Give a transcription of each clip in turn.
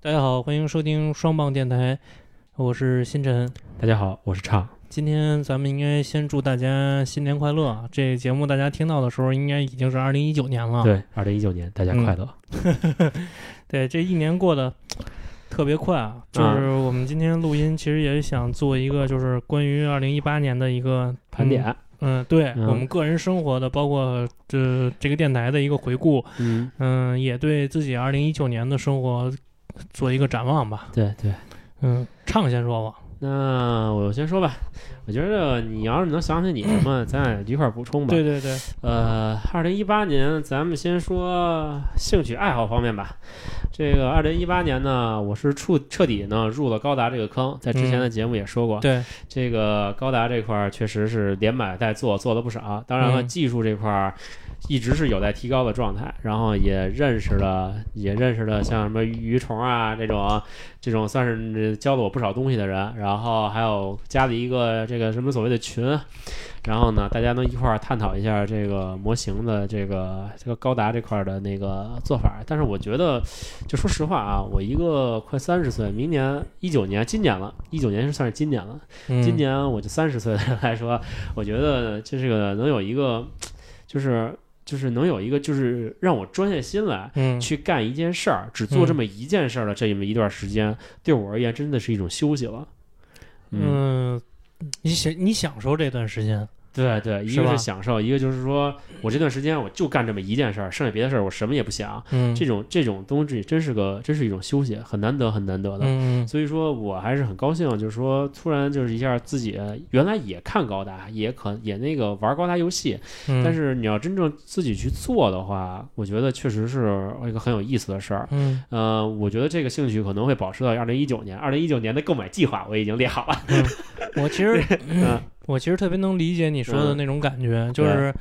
大家好，欢迎收听双棒电台，我是星辰。大家好，我是畅。今天咱们应该先祝大家新年快乐啊。这节目大家听到的时候，应该已经是二零一九年了。对，二零一九年，大家快乐。对，这一年过得特别快啊。就是我们今天录音，其实也想做一个，就是关于二零一八年的一个盘点。嗯，嗯对嗯我们个人生活的，包括这这个电台的一个回顾，嗯，嗯，也对自己二零一九年的生活做一个展望吧。对对。嗯，畅先说吧。那我先说吧，我觉得你要是能想起你什 么，咱俩一块儿补充吧。对对对，呃，二零一八年，咱们先说兴趣爱好方面吧。这个二零一八年呢，我是彻彻底呢入了高达这个坑，在之前的节目也说过，对，这个高达这块儿确实是连买带做，做了不少。当然了，嗯技术这块儿一直是有待提高的状态，然后也认识了，也认识了像什么鱼虫啊这种，这种算是教了我不少东西的人。然后还有加了一个这个什么所谓的群，然后呢，大家能一块儿探讨一下这个模型的这个这个高达这块儿的那个做法。但是我觉得，就说实话啊，我一个快三十岁，明年一九年，今年了，一九年是算是今年了。嗯今年我就三十岁的人来说，我觉得这是个能有一个，就是就是能有一个，就是让我专下心来。嗯去干一件事儿，只做这么一件事儿的这么一段时间，对我而言真的是一种休息了。，嗯，你享你享受这段时间，对对，一是个吧是享受，一个就是说我这段时间我就干这么一件事儿，剩下别的事儿我什么也不想。嗯，这种这种东西真是个真是一种休息，很难得很难得的。嗯所以说我还是很高兴，就是说突然就是一下自己原来也看高达，也可也那个玩高达游戏，嗯，但是你要真正自己去做的话，我觉得确实是一个很有意思的事儿。嗯呃，我觉得这个兴趣可能会保持到二零一九年。二零一九年的购买计划我已经列好了。 我其 实嗯我其实特别能理解你说的嗯那种感觉，就是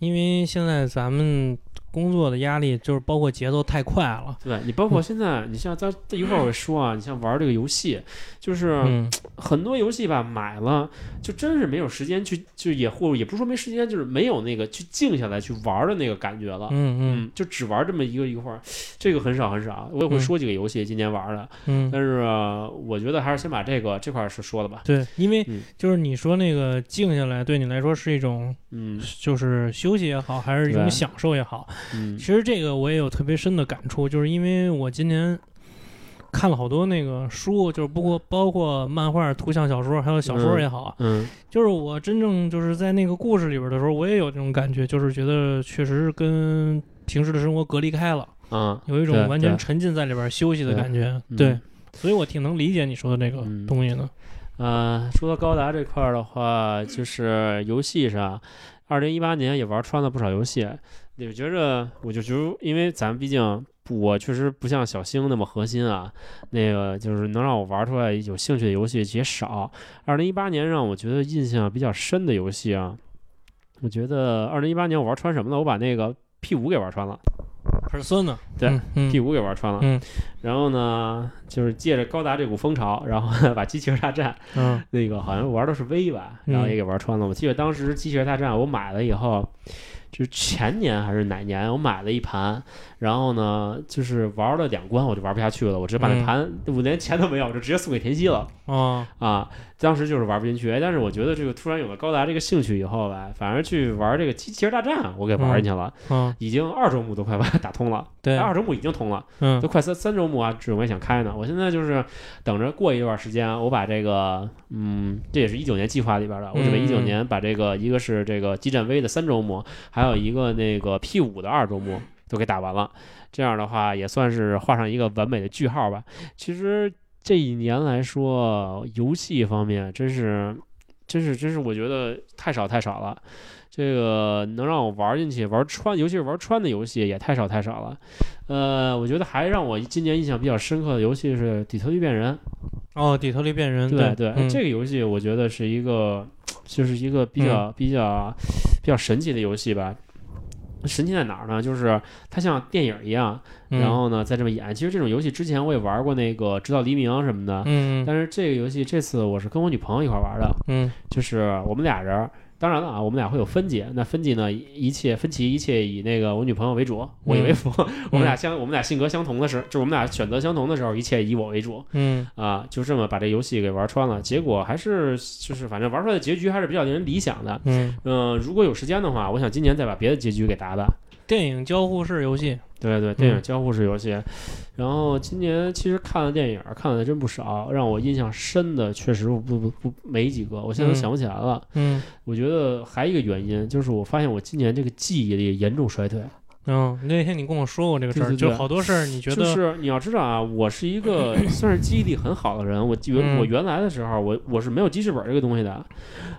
因为现在咱们工作的压力，就是包括节奏太快了，对嗯你包括现在，你像咱一会儿我会说啊，你像玩这个游戏，就是嗯很多游戏吧买了，就真是没有时间去，就也或也不是说没时间，就是没有那个去静下来去玩的那个感觉了。嗯嗯嗯，就只玩这么一个一会儿，这个很少很少。我也会嗯说几个游戏今年玩的，嗯，但是、呃我觉得还是先把这个这块儿是说了吧。对，因为嗯就是你说那个静下来，对你来说是一种嗯就是休息也好，还是一种对享受也好。嗯其实这个我也有特别深的感触，就是因为我今年看了好多那个书，就是包括包括漫画、图像小说，还有小说也好，嗯就是我真正就是在那个故事里边的时候，我也有这种感觉，就是觉得确实是跟平时的生活隔离开了，啊，有一种对完全对沉浸在里边休息的对感觉。嗯对，所以我挺能理解你说的这个嗯东西的。呃，说到高达这块儿的话，就是游戏上，二零一八年也玩穿了不少游戏。我觉着，我就觉得，因为咱们毕竟不我确实不像小星那么核心啊，那个就是能让我玩出来有兴趣的游戏也少。二零一八年让我觉得印象比较深的游戏啊，我觉得二零一八年我玩穿什么了？我把那个 P 五给玩穿了。 Persona，对嗯，嗯 P 五给玩穿了。嗯然后呢，就是借着高达这股风潮，然后把机器人大战嗯那个好像玩的是 V 吧，嗯然后也给玩穿了。我记得当时机器人大战我买了以后，就是前年还是哪年，我买了一盘，然后呢，就是玩了两关我就玩不下去了，我直接把嗯那盘、我连钱都没有，我就直接送给田曦了。哦，啊，当时就是玩不进去，哎但是我觉得这个突然有了高达这个兴趣以后吧，反而去玩这个机器人大战，我给玩进去了，嗯，已经二周目都快把它打通了，对，二周目已经通了，嗯都快三三周目啊，准备想开呢。我现在就是等着过一段时间啊，我把这个，嗯，这也是一九年计划里边的。我准备嗯一九年把这个，一个是这个激战 V 的三周目，还有一个那个 P 五的二周目都给打完了。这样的话也算是画上一个完美的句号吧。其实这一年来说，游戏方面真是，真是，真是，我觉得太少太少了。这个能让我玩进去、玩穿，尤其是玩穿的游戏也太少太少了。呃，我觉得还让我今年印象比较深刻的游戏是《底特律变人》。哦，底特律变人，对对，嗯这个游戏我觉得是一个，就是一个比嗯较、比较比较神奇的游戏吧。神奇在哪儿呢？就是它像电影一样，嗯然后呢再这么演。其实这种游戏之前我也玩过那个《直到黎明》什么的，嗯但是这个游戏这次我是跟我女朋友一块儿玩的，嗯就是我们俩人儿。当然了啊，我们俩会有分歧。那分歧呢，一切分歧一切以那个我女朋友为主，我以嗯为辅。 我们俩相我们俩性格相同的时，就是我们俩选择相同的时候，一切以我为主嗯啊，就这么把这游戏给玩穿了。结果还是就是反正玩出来的结局还是比较令人理想的。嗯，嗯、如果有时间的话，我想今年再把别的结局给打打。电影交互式游戏，对对，电影交互式游戏。然后今年其实看的电影看的还真不少，让我印象深的确实不不不没几个，我现在都嗯想不起来了。嗯我觉得还有一个原因就是，我发现我今年这个记忆力严重衰退。嗯，那天你跟我说过这个事儿，对对对就好多事儿你觉就得是你要知道啊，我是一 个算是记忆力很好的人。我记嗯我原来的时候，我我是没有记事本这个东西的。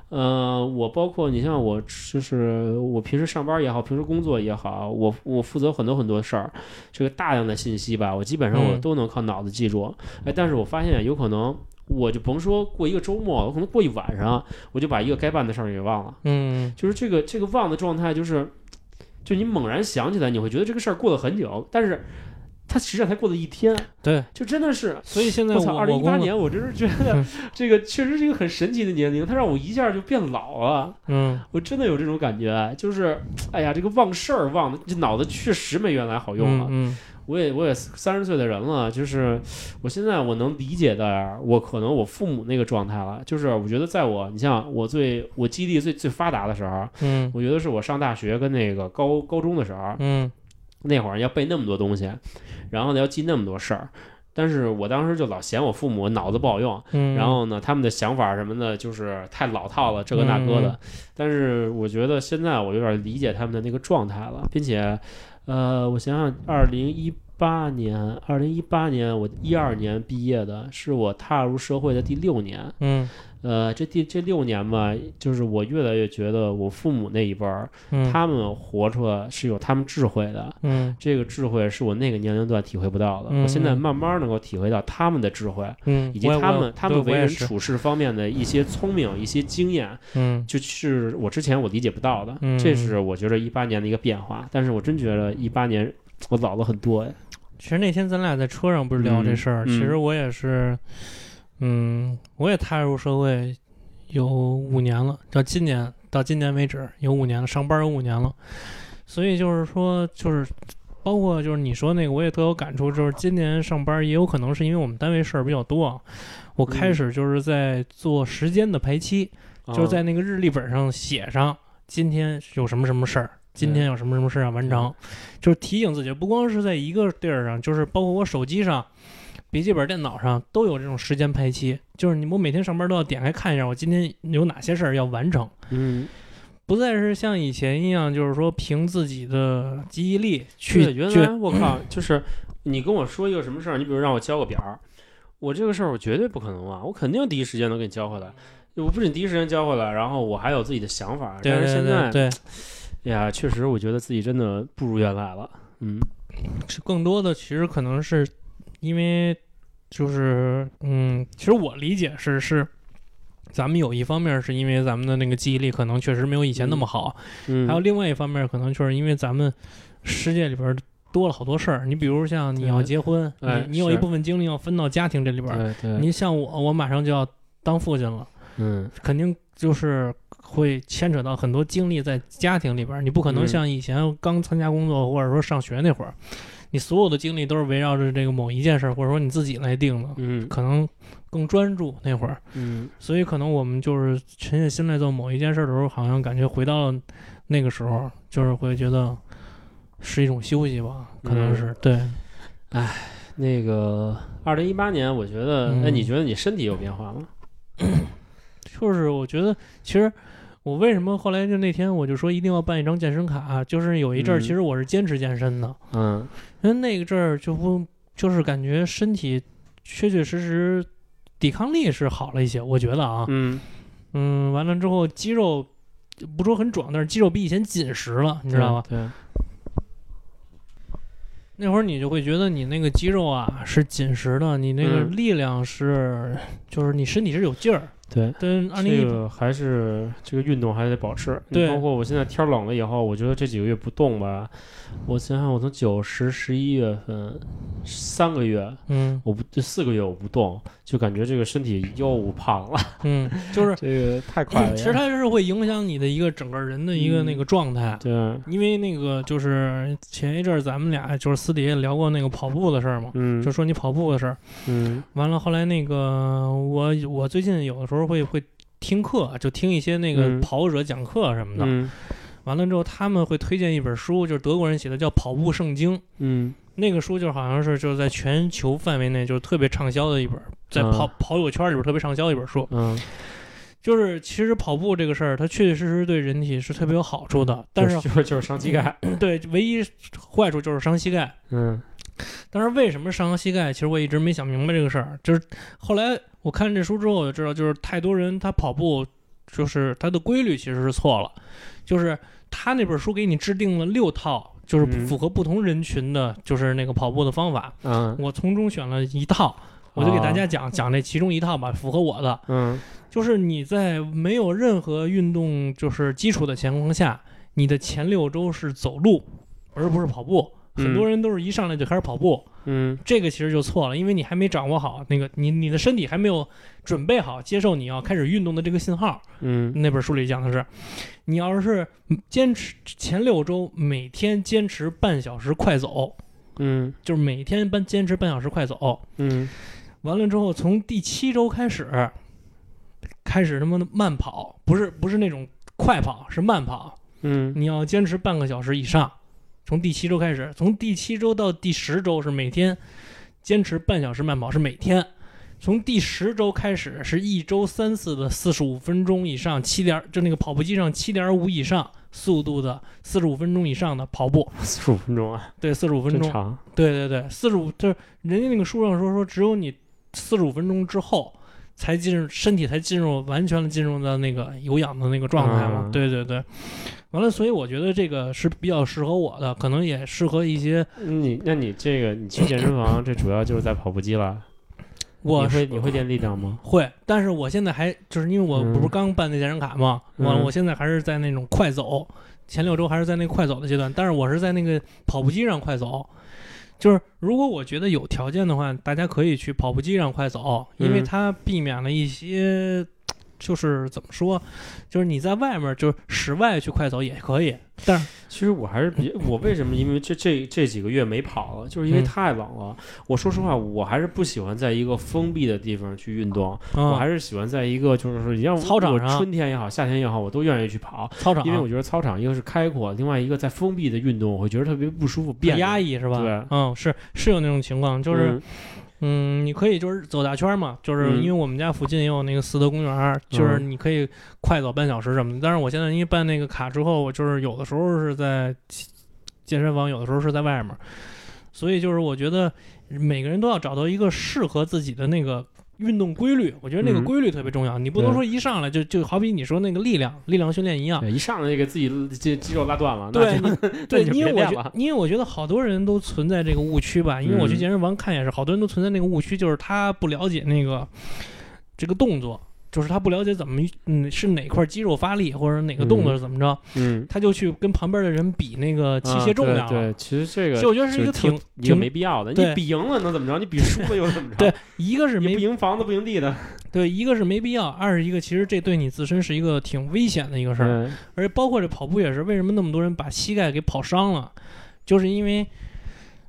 呃，我包括你像我，就是我平时上班也好，平时工作也好，我我负责很多很多事儿，这个大量的信息吧，我基本上我嗯都能靠脑子记住。哎，但是我发现有可能。我就甭说过一个周末，我可能过一晚上，我就把一个该办的事儿给忘了。嗯就是这个这个忘的状态，就是就你猛然想起来，你会觉得这个事儿过了很久，但是它实际上才过了一天，对，就真的是。所以现在我我操！二零我一八工作年，我真 是觉得这个确实是一个很神奇的年龄，它让我一下就变老了。嗯我真的有这种感觉，就是哎呀，这个忘事儿忘的，这脑子确实没原来好用了。嗯我也我也三十岁的人了，就是我现在我能理解的，我可能我父母那个状态了，就是我觉得在我你像我最我记忆力最最发达的时候，嗯我觉得是我上大学跟那个高高中的时候，嗯那会儿要背那么多东西，然后呢要记那么多事儿。但是我当时就老嫌我父母脑子不好用，嗯，然后呢，他们的想法什么的，就是太老套了，这个那个的。嗯但是我觉得现在我有点理解他们的那个状态了，并且，呃，我想想，二零一八年，二零一八年我一二年毕业的，是我踏入社会的第六年。嗯呃，这第这六年吧，就是我越来越觉得我父母那一辈儿，嗯他们活出来是有他们智慧的，嗯这个智慧是我那个年龄段体会不到的。嗯我现在慢慢能够体会到他们的智慧，嗯，以及我也他我们也他们对为我也人是处事方面的一些聪明、一些经验，嗯就是我之前我理解不到的。嗯这是我觉得一八年的一个变化，但是我真觉得一八年我老了很多哎。其实那天咱俩在车上不是聊这事儿，嗯嗯其实我也是，嗯，我也踏入社会有五年了，到今年到今年为止有五年了，上班有五年了，所以就是说，就是包括就是你说那个，我也特有感触，就是今年上班也有可能是因为我们单位事儿比较多啊，我开嗯始就是在做时间的排期，哦就是在那个日历本上写上今天有什么什么事儿，今嗯天有什么什么事儿要完成，就是提醒自己，不光是在一个地儿上，就是包括我手机上、笔记本电脑上都有这种时间排期，就是你我每天上班都要点开看一下，我今天有哪些事儿要完成，嗯，不再是像以前一样，就是说凭自己的记忆力对，去原去来我靠，就是你跟我说一个什么事儿，你比如让我交个表儿，我这个事儿我绝对不可能啊，我肯定第一时间能给你交回来。我不仅第一时间交回来，然后我还有自己的想法。对但是对现在对，对，哎呀，确实我觉得自己真的不如原来了。嗯是更多的其实可能是因为就是嗯，其实我理解是是。咱们有一方面是因为咱们的那个记忆力可能确实没有以前那么好，嗯，还有另外一方面可能就是因为咱们世界里边儿多了好多事儿。你比如像你要对结婚，哎你你有一是部分精力要分到家庭这里边儿。对对，你像我，我马上就要当父亲了，嗯肯定就是会牵扯到很多精力在家庭里边儿。你不可能嗯像以前刚参加工作或者说上学那会儿，你所有的精力都是围绕着这个某一件事儿，或者说你自己来定的，嗯可能更专注那会儿。嗯所以可能我们就是沉下心来做某一件事儿的时候，好像感觉回到了那个时候，就是会觉得是一种休息吧，可能是、对。那个二零一八年，我觉得，嗯哎，你觉得你身体有变化吗？就是我觉得其实我为什么后来就那天我就说一定要办一张健身卡，啊就是有一阵儿嗯其实我是坚持健身的，嗯因为那个阵儿就不就是感觉身体确确实实抵抗力是好了一些，我觉得啊，嗯，嗯，完了之后肌肉不说很壮，但是肌肉比以前紧实了，你知道吧？嗯对？对，那会儿你就会觉得你那个肌肉啊是紧实的，你那个嗯力量是，就是你身体是有劲儿，对，跟二零一这个还是这个运动还得保持。你对包括我现在天儿冷了以后，我觉得这几个月不动吧，我想想，我从九十、十一月份三个月，嗯我不这四个月我不动，就感觉这个身体又胖 了。嗯， 就是这个太快了哎其实它是会影响你的一个整个人的一个嗯那个状态。对，因为那个就是前一阵儿咱们俩就是私底下聊过那个跑步的事儿嘛，嗯，就说你跑步的事儿。嗯完了后来那个我我最近有的时候会会听课，就听一些那个嗯跑者讲课什么的。嗯完了之后他们会推荐一本书，就是德国人写的叫《跑步圣经》。嗯那个书就好像是就是在全球范围内就是特别畅销的一本，在嗯跑、跑友圈里边特别畅销的一本书。嗯，就是其实跑步这个事儿，它确确实实对人体是特别有好处的，但是就就就是伤膝盖。 对唯一坏处就是伤膝盖。嗯但是为什么伤膝盖？其实我一直没想明白这个事儿。就是后来我看这书之后，我就知道，就是太多人他跑步，就是他的规律其实是错了。就是他那本书给你制定了六套，就是嗯符合不同人群的，就是那个跑步的方法。嗯我从中选了一套，我就给大家讲、讲这其中一套吧，符合我的。嗯就是你在没有任何运动就是基础的情况下，你的前六周是走路，而不是跑步。嗯很多人都是一上来就开始跑步，嗯这个其实就错了，因为你还没掌握好那个你你的身体还没有准备好接受你要开始运动的这个信号。嗯那本书里讲的是，你要是坚持前六周每天坚持半小时快走，嗯就是每天半坚持半小时快走，嗯完了之后，从第七周开始，开始他妈的慢跑，不是不是那种快跑，是慢跑。嗯你要坚持半个小时以上，从第七周开始，从第七周到第十周是每天坚持半小时慢跑，是每天。从第十周开始是一周三次的四十五分钟以上，七点就那个跑步机上七点五以上速度的四十五分钟以上的跑步， 四十五分钟啊，对，四十五分真钟，长。对对对，四十五就是人家那个书上说说，只有你四十五分钟之后才进入身体才进入完全的进入到那个有氧的那个状态嘛。嗯对对对，完了，所以我觉得这个是比较适合我的，可能也适合一些你那你这个你去健身房，这主要就是在跑步机了。我你会你会练力量吗？会，但是我现在还就是因为我嗯不是刚办那健身卡嘛，我、嗯我现在还是在那种快走，前六周还是在那快走的阶段，但是我是在那个跑步机上快走。就是如果我觉得有条件的话，大家可以去跑步机上快走，因为嗯它避免了一些，就是怎么说，就是你在外面就是室外去快走也可以，但是 其实我还是比我为什么因为这这这几个月没跑了，就是因为嗯太冷了。我说实话，我还是不喜欢在一个封闭的地方去运动，我啊、还是喜欢在一个就是说，你让我操场我上嗯春天也好，夏天也好，我都愿意去跑，操场因为我觉得操场一个是开阔，另外一个在封闭的运动，我会觉得特别不舒服，比较变压抑。抑是吧？对嗯，是是有那种情况，就是。嗯嗯，你可以就是走大圈儿嘛，就是嗯因为我们家附近也有那个四德公园儿，就是你可以快走半小时什么的。但是我现在因为办那个卡之后，我就是有的时候是在健身房，有的时候是在外面儿，所以就是我觉得每个人都要找到一个适合自己的那个运动规律。我觉得那个嗯规律特别重要，你不能对说一上来就就好比你说那个力量力量训练一样，对，一上来就给自己肌肌肉拉断了，那啊对就你对， 那就因为别我练觉了因为我觉得好多人都存在这个误区吧，因为我去嗯健身房看也是，好多人都存在那个误区，就是他不了解那个这个动作，就是他不了解怎么嗯是哪块肌肉发力或者哪个动作是怎么着，嗯，他就去跟旁边的人比那个 器啊械重对量了。对，其实这其个实我觉得是就一个挺挺一个挺没必要的，对你比赢了能怎么着？你比输了又怎么着？ 对一个是你不没赢房子不赢地的，对，一个是没必要，二是一个其实这对你自身是一个挺危险的一个事儿。嗯而且包括这跑步也是，为什么那么多人把膝盖给跑伤了，就是因为，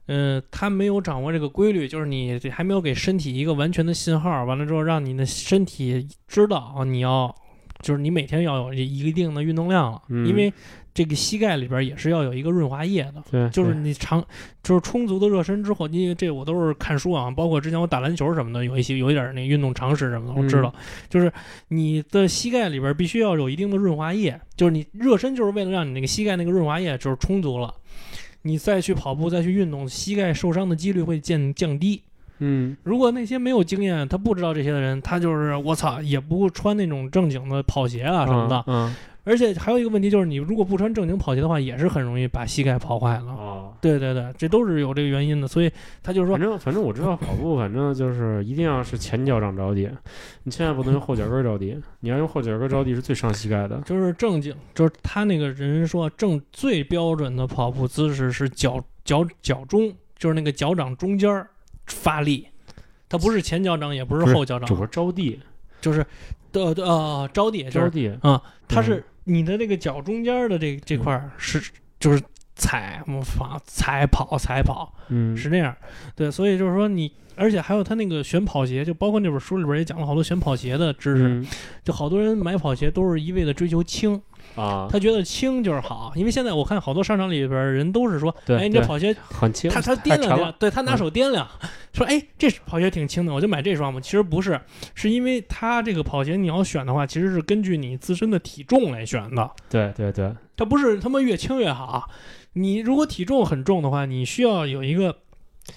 呃，他没有掌握这个规律，就是你还没有给身体一个完全的信号，完了之后让你的身体知道啊你要，就是你每天要有一定的运动量了，嗯因为这个膝盖里边也是要有一个润滑液的。对，就是你长，就是充足的热身之后，因为这我都是看书啊，包括之前我打篮球什么的，有一些有一点儿那运动常识什么的，嗯我知道，就是你的膝盖里边必须要有一定的润滑液，就是你热身就是为了让你那个膝盖那个润滑液就是充足了，你再去跑步再去运动，膝盖受伤的几率会降降低。嗯如果那些没有经验，他不知道这些的人，他就是我操，也不穿那种正经的跑鞋啊什么的，嗯而且还有一个问题就是，你如果不穿正经跑鞋的话，也是很容易把膝盖跑坏了。啊。对对对，这都是有这个原因的。所以他就是说反，正反正我知道跑步，反正就是一定要是前脚掌着地，你千万不能用后脚跟着地。你要用后脚跟着地是最伤膝盖的。就是正经，就是他那个人说正最标准的跑步姿势是脚脚脚中，就是那个脚掌中间儿发力，它不是前脚掌，也不不是是后脚掌主，要着地，就是呃呃着地，就着是地，它嗯是你的这个脚中间儿的这这块儿是就是踩我们法踩跑踩跑嗯，是那样，对，所以就是说你，而且还有他那个选跑鞋，就包括那本书里边也讲了好多选跑鞋的知识，嗯就好多人买跑鞋都是一味的追求轻，啊，他觉得轻就是好，因为现在我看好多商场里边人都是说，对哎，你这对跑鞋，很轻，他他太掂沉量掂了嗯量，对他拿手掂量， 说哎，这跑鞋挺轻的，我就买这双吧。其实不是，是因为他这个跑鞋你要选的话，其实是根据你自身的体重来选的。对对对，它不是他妈越轻越好。啊你如果体重很重的话，你需要有一个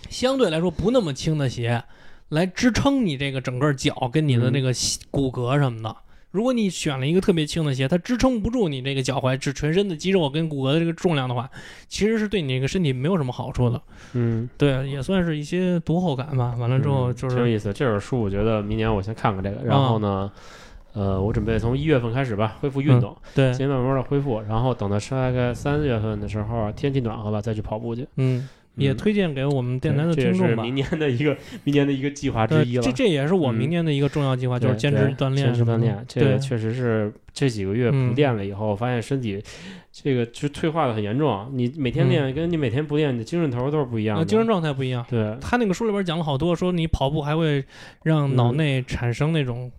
相对来说不那么轻的鞋来支撑你这个整个脚跟你的那个膝骨骼什么的。如果你选了一个特别轻的鞋，它支撑不住你这个脚踝、这全身的肌肉跟骨骼的这个重量的话，其实是对你这个身体没有什么好处的。嗯，对，也算是一些读后感吧。完了之后嗯就挺有是，意思。这本书我觉得明年我先看看这个，然后呢，呃，我准备从一月份开始吧，恢复运动，嗯对，先慢慢的恢复，然后等到大概三月份的时候，天气暖和了再去跑步去。嗯，也嗯推荐给我们电台的对这也听众是吧。明年的一个明年的一个计划之对一了这。这也是我明嗯年的一个重要计划，就是对坚持对锻炼坚持什么锻的。炼，这对个确实是这几个月不嗯练了以后，我发现身体这个就退化的很严重。啊你每天练跟你每天不练，你的精神头儿都是不一嗯样呃，的。精神状态不一样。对，他那个书里边讲了好多，说你跑步还会让嗯脑内产生那种，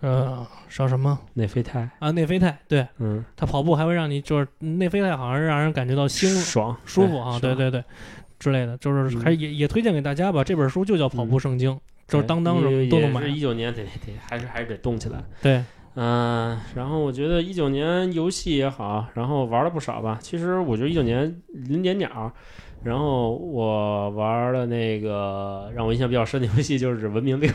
呃，叫什么内啡肽，啊？内啡肽。对嗯，他跑步还会让你就是内啡肽，好像是让人感觉到心爽舒服啊，对爽对对，之类的，就是嗯还也也推荐给大家吧。这本书就叫《跑步圣经》，就是对当当什也么都能也是买。一九年得得得还是还是得动起来。对，嗯、然后我觉得一九年游戏也好，然后玩了不少吧。其实我觉得一九年零点鸟，然后我玩了那个让我印象比较深的游戏就是《文明六》，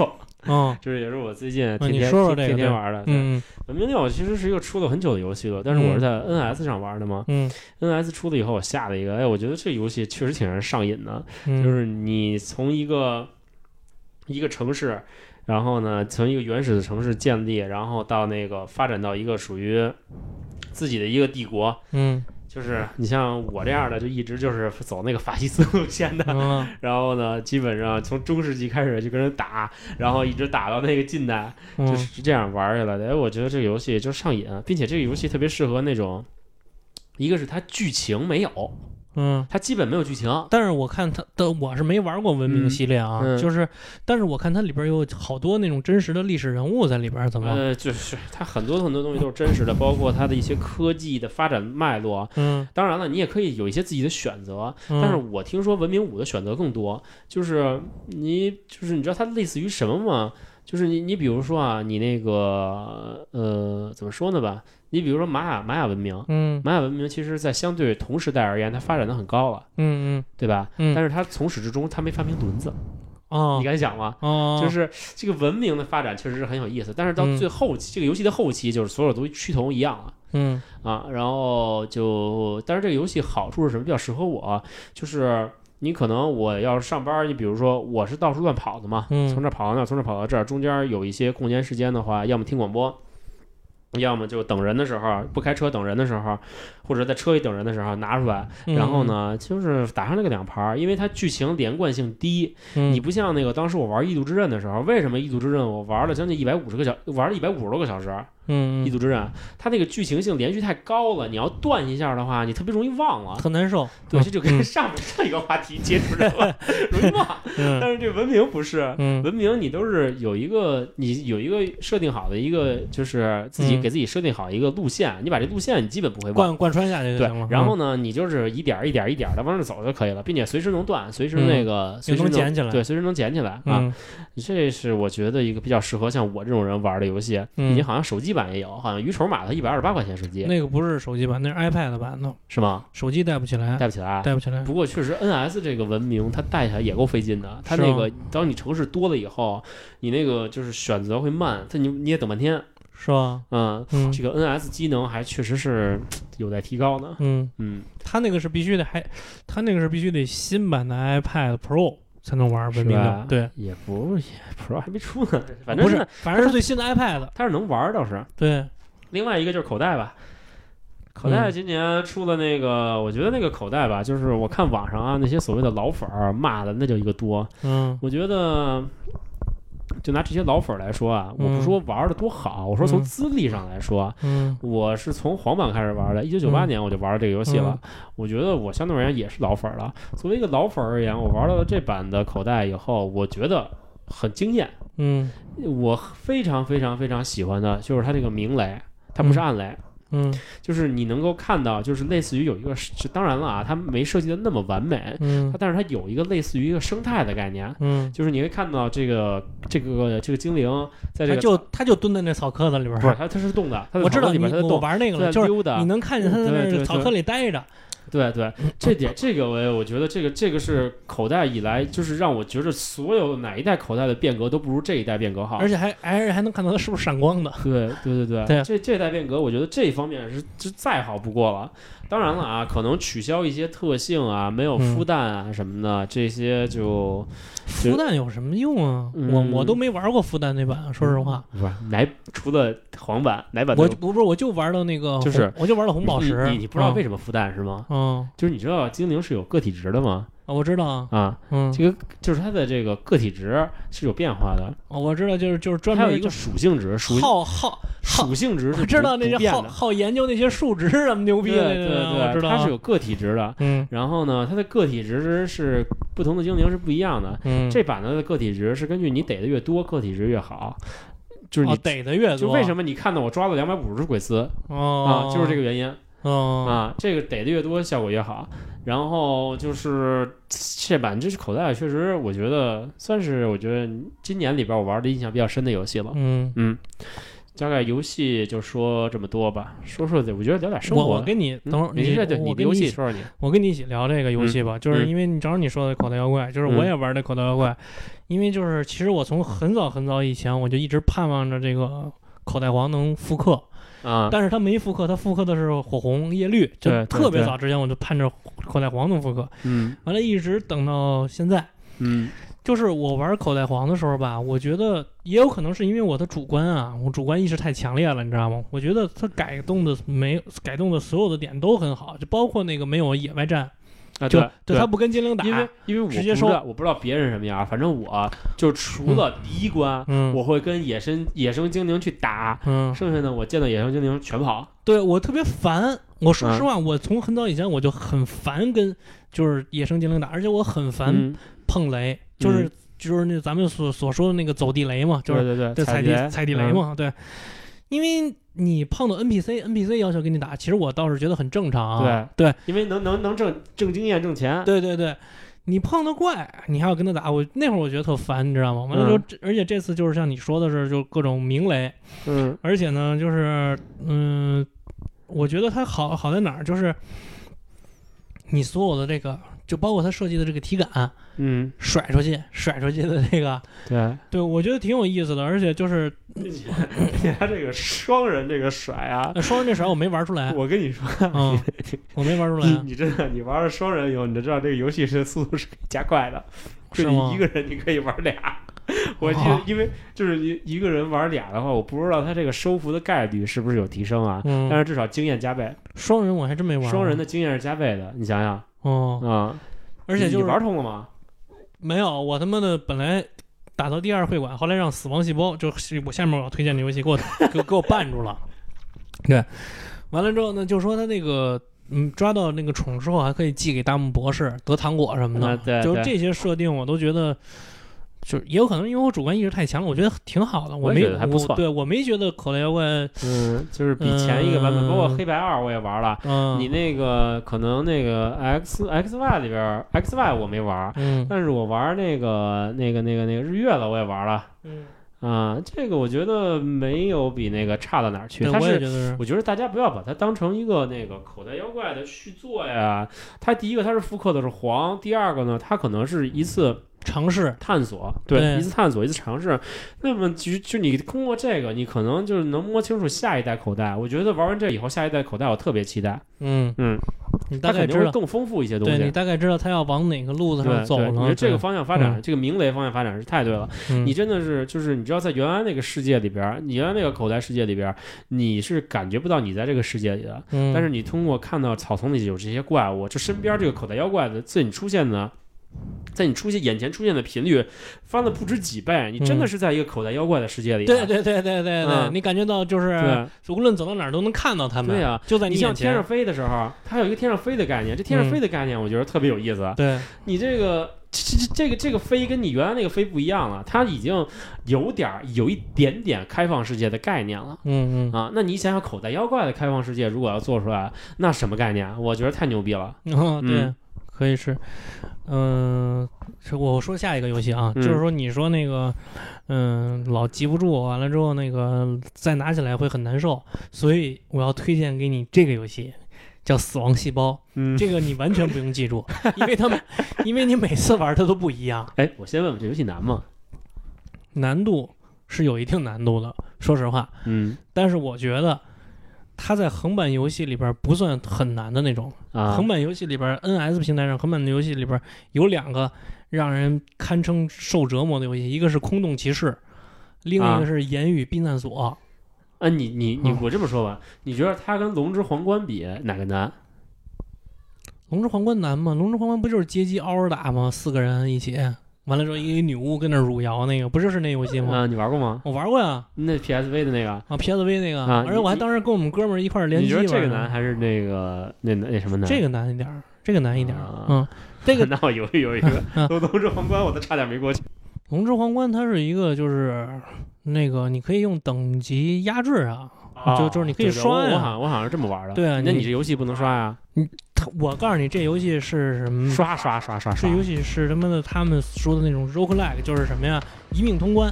嗯 就是也是我最近啊天你天、说说这个天天对玩的。对嗯文明六其实是一个出了很久的游戏了，但是我是在 NS 上玩的嘛。嗯 NS 出了以后，我下了一个，哎，我觉得这游戏确实挺让人上瘾的。嗯，就是你从一个一个城市，然后呢，从一个原始的城市建立，然后到那个发展到一个属于自己的一个帝国。嗯就是你像我这样的，就一直就是走那个法西斯路线的， 嗯然后呢，基本上从中世纪开始就跟人打，然后一直打到那个近代，就嗯是这样玩下来的。哎，我觉得这个游戏就上瘾，啊并且这个游戏特别适合那种，一个是它剧情没有，嗯。它基本没有剧情，但是我看他的，我是没玩过文明系列啊，嗯嗯就是，但是我看它里边有好多那种真实的历史人物在里边，怎么？呃，就是它很多很多东西都是真实的，包括它的一些科技的发展脉络。啊嗯，当然了，你也可以有一些自己的选择，啊嗯但是我听说文明五的选择更多，就是你就是你知道它类似于什么吗？就是你你比如说啊，你那个呃怎么说呢吧？你比如说玛雅玛雅文明，嗯玛雅文明其实在相对同时代而言，它发展的很高了，嗯对吧？嗯但是它从始至终它没发明轮子，嗯哦你敢想吗？哦，就是这个文明的发展确实是很有意思，但是到嗯最后期，这个游戏的后期就是所有东西趋同一样了嗯啊。然后就，但是这个游戏好处是什么？比较适合我，就是你可能我要是上班，你比如说我是到处乱跑的嘛，嗯从这儿跑到那儿，从这儿跑到这儿，中间有一些空闲时间的话，要么听广播。要么就等人的时候，不开车等人的时候，或者在车里等人的时候拿出来，嗯然后，呢，就是打上那个两盘儿，因为它剧情连贯性低，嗯你不像那个当时我玩《异度之刃》的时候，为什么《异度之刃》我玩了将近一百五十个小，玩了一百五十多个小时，嗯《嗯异度之刃》它那个剧情性连续太高了，你要断一下的话，你特别容易忘了。很难受，对，这就跟嗯上面上一个话题接触上了， 容易 忘。嗯但是这文明不是，嗯文明你都是有一个你有一个设定好的一个，就是自己嗯给自己设定好一个路线，你把这路线你基本不会忘。贯贯穿下去就对行了，，嗯然后呢，你就是一点儿一点儿一点的往那走就可以了，并且随时能断，随时那个、随也嗯时能捡起来对，随时能捡起来啊。嗯这是我觉得一个比较适合像我这种人玩的游戏。嗯你好像手机版也有，好像鱼虫码它一百二十八块钱手机，嗯，那个不是手机版，那是 iPad 版的，是吗？手机带不起来，带不起来。带不起来，不过确实，NS 这个文明它带起来也够费劲的。它那个，当你城市多了以后，你那个就是选择会慢，它你你也等半天。是吧？嗯，嗯这个 NS 机能还确实是有待提高呢。嗯，嗯，它那个是必须得还，它那个是必须得新版的 iPad Pro 才能玩文明是的吧，对，也不也 Pro 还没出呢，反正不是呢，反正是最新的 iPad，它是能玩儿倒是。对，另外一个就是口袋吧，口袋嗯今年出了那个，我觉得那个口袋吧，就是我看网上啊那些所谓的老粉儿骂的那叫一个多，嗯我觉得。就拿这些老粉儿来说啊，我不嗯说玩的多好，我说从嗯资历上来说，嗯我是从黄版开始玩的，一九九八年我就玩这个游戏了。嗯我觉得我相对而言也是老粉儿了。作为一个老粉儿而言，我玩到这版的口袋以后，我觉得很惊艳。嗯我非常非常非常喜欢的就是它这个明雷，它不是暗雷，嗯就是你能够看到，就是类似于有一个，当然了啊，它没设计的那么完美，它嗯但是它有一个类似于一个生态的概念。嗯，就是你会看到这个这个这个精灵在这它个就它就蹲在那草壳子里边不是儿，它它是动的，它在我知草道丛里你面它在我动，玩那个它了，在就是溜达你，能看见它在对对那对啊草壳里待着，对对，这点这个我也我觉得这个这个是口袋以来，就是让我觉得所有哪一代口袋的变革都不如这一代变革好而。且还还还能看到它是不是闪光的， 对对对对，对这这代变革，我觉得这一方面是是再好不过了。当然了啊，可能取消一些特性啊，没有嗯孵蛋啊什么的，这些就就孵蛋有什么用啊？嗯我我都没玩过孵蛋那版，说实话，不是奶，除了黄版奶版都我有，就不是我就玩到那个红，嗯就是我就玩到红宝石，嗯你你你不知道什为什么孵蛋是吗？么？嗯，就是你知道精灵是有个体值的吗？啊我知道啊，啊，嗯，这个就是它的这个个体值是有变化的，哦我知道，就是就是专它有门一个就属性值，属性好好好属，性值是我知道那不不些变好的，好研究那些数值什么牛逼对的，对对，我知道啊，它是有个体值的。嗯然后呢，它的个体值是不同的精灵是不一样的。嗯，这版的个体值是根据你逮的越多，个体值越好，就是你、哦逮的越多，就为什么么你看到我抓了两百五十鬼子、哦啊，就是这个原因、个哦啊，这个逮的越多效果越好。然后就是这版这是口袋，确实我觉得算是我觉得今年里边我玩的印象比较深的游戏了。嗯。嗯，大概游戏就说这么多吧，说说的，我觉得聊点生我活我的。跟你嗯等会儿，你你对对，我你的跟游你一戏起，说说你，我跟你一起聊这个游戏吧，就是因为你正好你说的口袋妖怪，就是我嗯也玩的口袋妖怪，因为就是其实我从很早很早以前我就一直盼望着这个口袋黄能复刻，啊，但是它没复刻，它复刻的是火红叶绿，就对对特别对早之前我就盼着口袋黄能复刻，嗯完了，一直等到现在。嗯就是我玩口袋黄的时候吧，我觉得也有可能是因为我的主观啊，我主观意识太强烈了，你知道吗？我觉得它改动的没改动的所有的点都很好，就包括那个没有野外战，啊，就对，它不跟精灵打，因为因为我直接不收知道我不知道别人什么样，反正我就除嗯了第一关，嗯我会跟野生野生精灵去打，嗯，剩下的我见到野生精灵全跑。对我特别烦。我嗯说实话，我从很早以前我就很烦跟就是野生精灵打，而且我很烦嗯，碰雷，就是就是那咱们所所说的那个走地雷嘛，就对是对对，嗯对，踩地雷踩地雷，嘛，对。因为你碰到 NPC，NPC 要求给你打，其实我倒是觉得很正常嗯啊。对对，因为能能能挣挣经验挣钱，对对对，你碰到怪，你还要跟他打，我那会儿我觉得特烦，你知道吗？完了嗯就这，而且这次就是像你说的是，就各种鸣雷，嗯而且呢，就是嗯，我觉得它好好在哪儿，就是你所有的这个，就包括它设计的这个体感，嗯，甩出去甩出去的这个，对， 对我觉得挺有意思的，而且就是、他这个双人这个甩啊。呃、双人这甩我没玩出来， 我跟你说，嗯，我没玩出来啊 你，你真的你玩了双人游，你就知道这个游戏是速度是可以加快 的，是就吗你一个人你可以玩 俩。我记得哦，因为就是你一个人玩俩的话，我不知道他这个收服的概率是不是有提升啊？但嗯，是至少经验加倍，双人我还真没玩过。双人的经验是加倍的，你想想哦，啊！而且就你是嗯玩通了吗？没有我他妈的本来打到第二会馆，后来让死亡细胞就是我下面我要推荐的游戏给我给我给我绊住了。 对，完了之后呢，就说他那个嗯抓到那个宠之后还可以寄给大木博士得糖果什么的，啊对就是对这些设定我都觉得。就是也有可能因为我主观意识太强了，我觉得挺好的，我也没觉得还不错我对我没觉得口袋妖怪，嗯，就是比前一个版本，嗯包括黑白二我也玩了。嗯，你那个可能那个 X X Y 里边 X Y 我没玩，嗯但是我玩那个那个那个那个日月了，我也玩了。嗯，啊，这个我觉得没有比那个差到哪儿去。对它我也是，觉得是，我觉得大家不要把它当成一个那个口袋妖怪的续作呀。它第一个它是复刻的是黄，第二个呢，它可能是一次尝试，探索，对一次探索，一次尝试。那么其实就你通过这个，你可能就是能摸清楚下一代口袋。我觉得玩完这以后，下一代口袋我特别期待，嗯，嗯，你大概它肯定知会道，更丰富一些东对你西。大概知道他要往哪个路子上对走对，了。我觉得这个对，方向发展，这个鸣雷方向发展是太对了。嗯你真的是就是你知道，在原来那个世界里边儿，你原来那个口袋世界里边儿，你是感觉不到你在这个世界里的。嗯，但是你通过看到草丛里有这些怪物，就身边这个口袋妖怪的在你出现呢，在你出现眼前出现的频率翻了不止几倍，你真的嗯是在一个口袋妖怪的世界里、啊。对对对对对对，嗯你感觉到就是，对啊无论走到哪儿都能看到他们，对呀就在你像眼天上前。嗯飞的时候，它有一个天上飞的概念，这天上飞的概念我觉得特别有意思。啊对，你这个这这这个这个飞跟你原来那个飞不一样了，它已经有点儿有一点点开放世界的概念了。嗯啊，那你想想口袋妖怪的开放世界，如果要做出来，那什么概念啊？我觉得太牛逼了。嗯，哦，对嗯，可以是，嗯，是我说下一个游戏啊，就嗯是说你说那个，嗯，老记不住，完了之后那个再拿起来会很难受，所以我要推荐给你这个游戏。叫死亡细胞，嗯这个你完全不用记住，因为他 们，因为你每次玩它都不一样，哎，我先问问这游戏难吗？难度是有一定难度的。说实话，嗯但是我觉得它在横版游戏里边不算很难的那种。啊，横版游戏里边，NS 平台上横版的游戏里边有两个让人堪称受折磨的游戏，一个是《空洞骑士》，另一啊个是《言语避难所》。啊，你你你嗯，我这么说吧，你觉得它跟《龙之皇冠》比哪个难？龙之皇冠难吗？龙之皇冠不就是街机嗷嗷打吗？四个人一起，完了之后一个女巫跟那儿汝窑那个，不就是那游戏吗？啊，你玩过吗？我玩过呀，那 PSV 的那个，啊 PSV 那个，啊而且我还你当时跟我们哥们儿一块儿联你机觉玩得这个呢难还是那个那那什么难？这个难一点儿，这个难一点儿，嗯啊嗯。这个 那我犹豫有一个啊《龙龙之皇冠》，我都差点没过去。龙之皇冠它是一个就是那个你可以用等级压制 啊，就就是你可以对对刷我呀我好像我好像是这么玩的。对啊那你你这游戏不能刷呀？它我告诉你这游戏是什么？刷刷刷刷嗯这刷！游戏是他妈的他们说的那种 roguelike，就是什么呀？一命通关，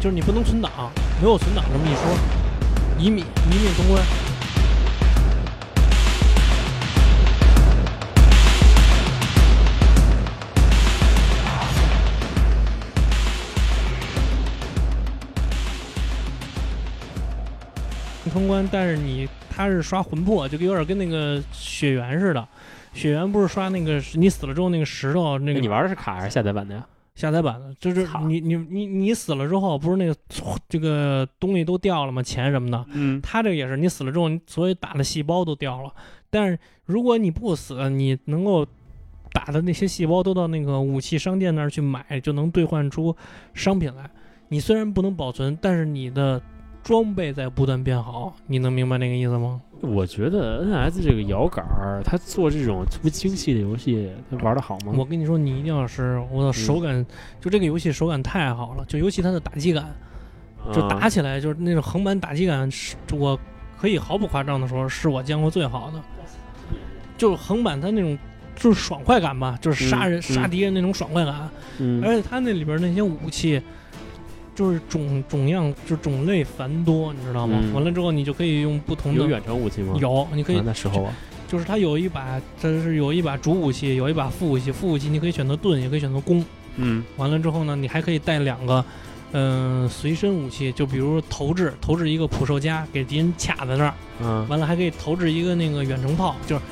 就是你不能存档，没有存档这么一说，一命一命通关。通关，但是你他是刷魂魄，就有点跟那个血缘似的。血缘不是刷那个你死了之后那个石头那那个哎你玩的是卡还是下载版的呀？下载版的，就是操你你你你死了之后，不是那个这个东西都掉了吗？钱什么的，嗯，他这个也是你死了之后，你所有打的细胞都掉了。但是如果你不死，你能够打的那些细胞都到那个武器商店那儿去买，就能兑换出商品来。你虽然不能保存，但是你的装备在不断变好，你能明白那个意思吗？我觉得 NS 这个摇杆儿，它做这种不精细的游戏，它玩的好吗？我跟你说，你一定要是我的手感，就这个游戏手感太好了，就尤其它的打击感，就打啊起来就是那种横版打击感，是我可以毫不夸张的说，是我见过最好的。就是横版它那种就是爽快感吧，就是杀人、嗯嗯杀敌人那种爽快感，嗯而且它那里边那些武器。就是种种样，就种类繁多，你知道吗？嗯完了之后，你就可以用不同的有远程武器吗？嗯有，你可以啊那时候啊，就是它有一把，它是有一把主武器，有一把副武器。副武器你可以选择盾，也可以选择弓。嗯完了之后呢，你还可以带两个，嗯、随身武器，就比如投掷，投掷一个普兽夹给敌人卡在那儿。嗯完了还可以投掷一个那个远程炮，就是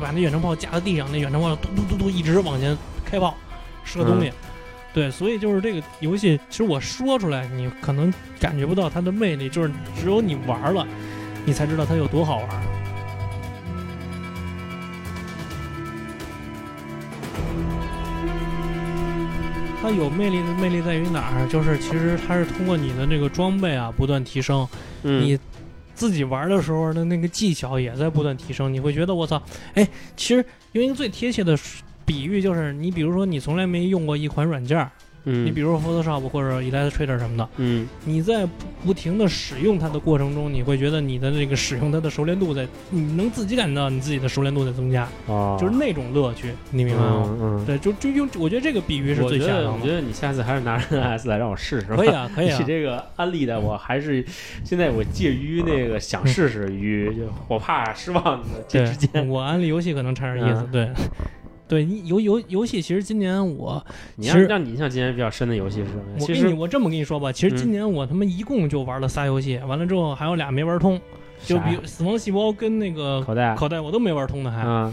把那远程炮架在地上，那远程炮嘟嘟嘟嘟一直往前开炮，射东西。对，所以就是这个游戏，其实我说出来，你可能感觉不到它的魅力，就是只有你玩了，你才知道它有多好玩。它有魅力的魅力在于哪儿？就是其实它是通过你的这个装备啊不断提升，嗯，你自己玩的时候的那个技巧也在不断提升，你会觉得我操，哎，其实用一个最贴切的比喻就是，你比如说你从来没用过一款软件儿，嗯你比如说 Photoshop 或者 Illustrator 什么的，嗯你在不不停的使用它的过程中，你会觉得你的这个使用它的熟练度在，你能自己感觉到你自己的熟练度在增加，哦，就是那种乐趣，你明白吗？嗯嗯。对，就就用我觉得这个比喻是我最觉恰得，当我觉的。得你下次还是拿着 NS 来让我试试吧。可以啊，可以 啊你，这个安利的，我还是现在我介于那个想试试与我怕失望的这对之间。，我安利游戏可能差点意思，嗯对，对你游游游戏，其实今年我你其让实让你印象今年比较深的游戏是什么呀？我嗯其跟你实我这么跟你说吧，其实今嗯年我他妈一共就玩了仨游戏，完了之后还有俩没玩通，就啥比死亡细胞跟那个口袋口袋我都没玩通的还。啊，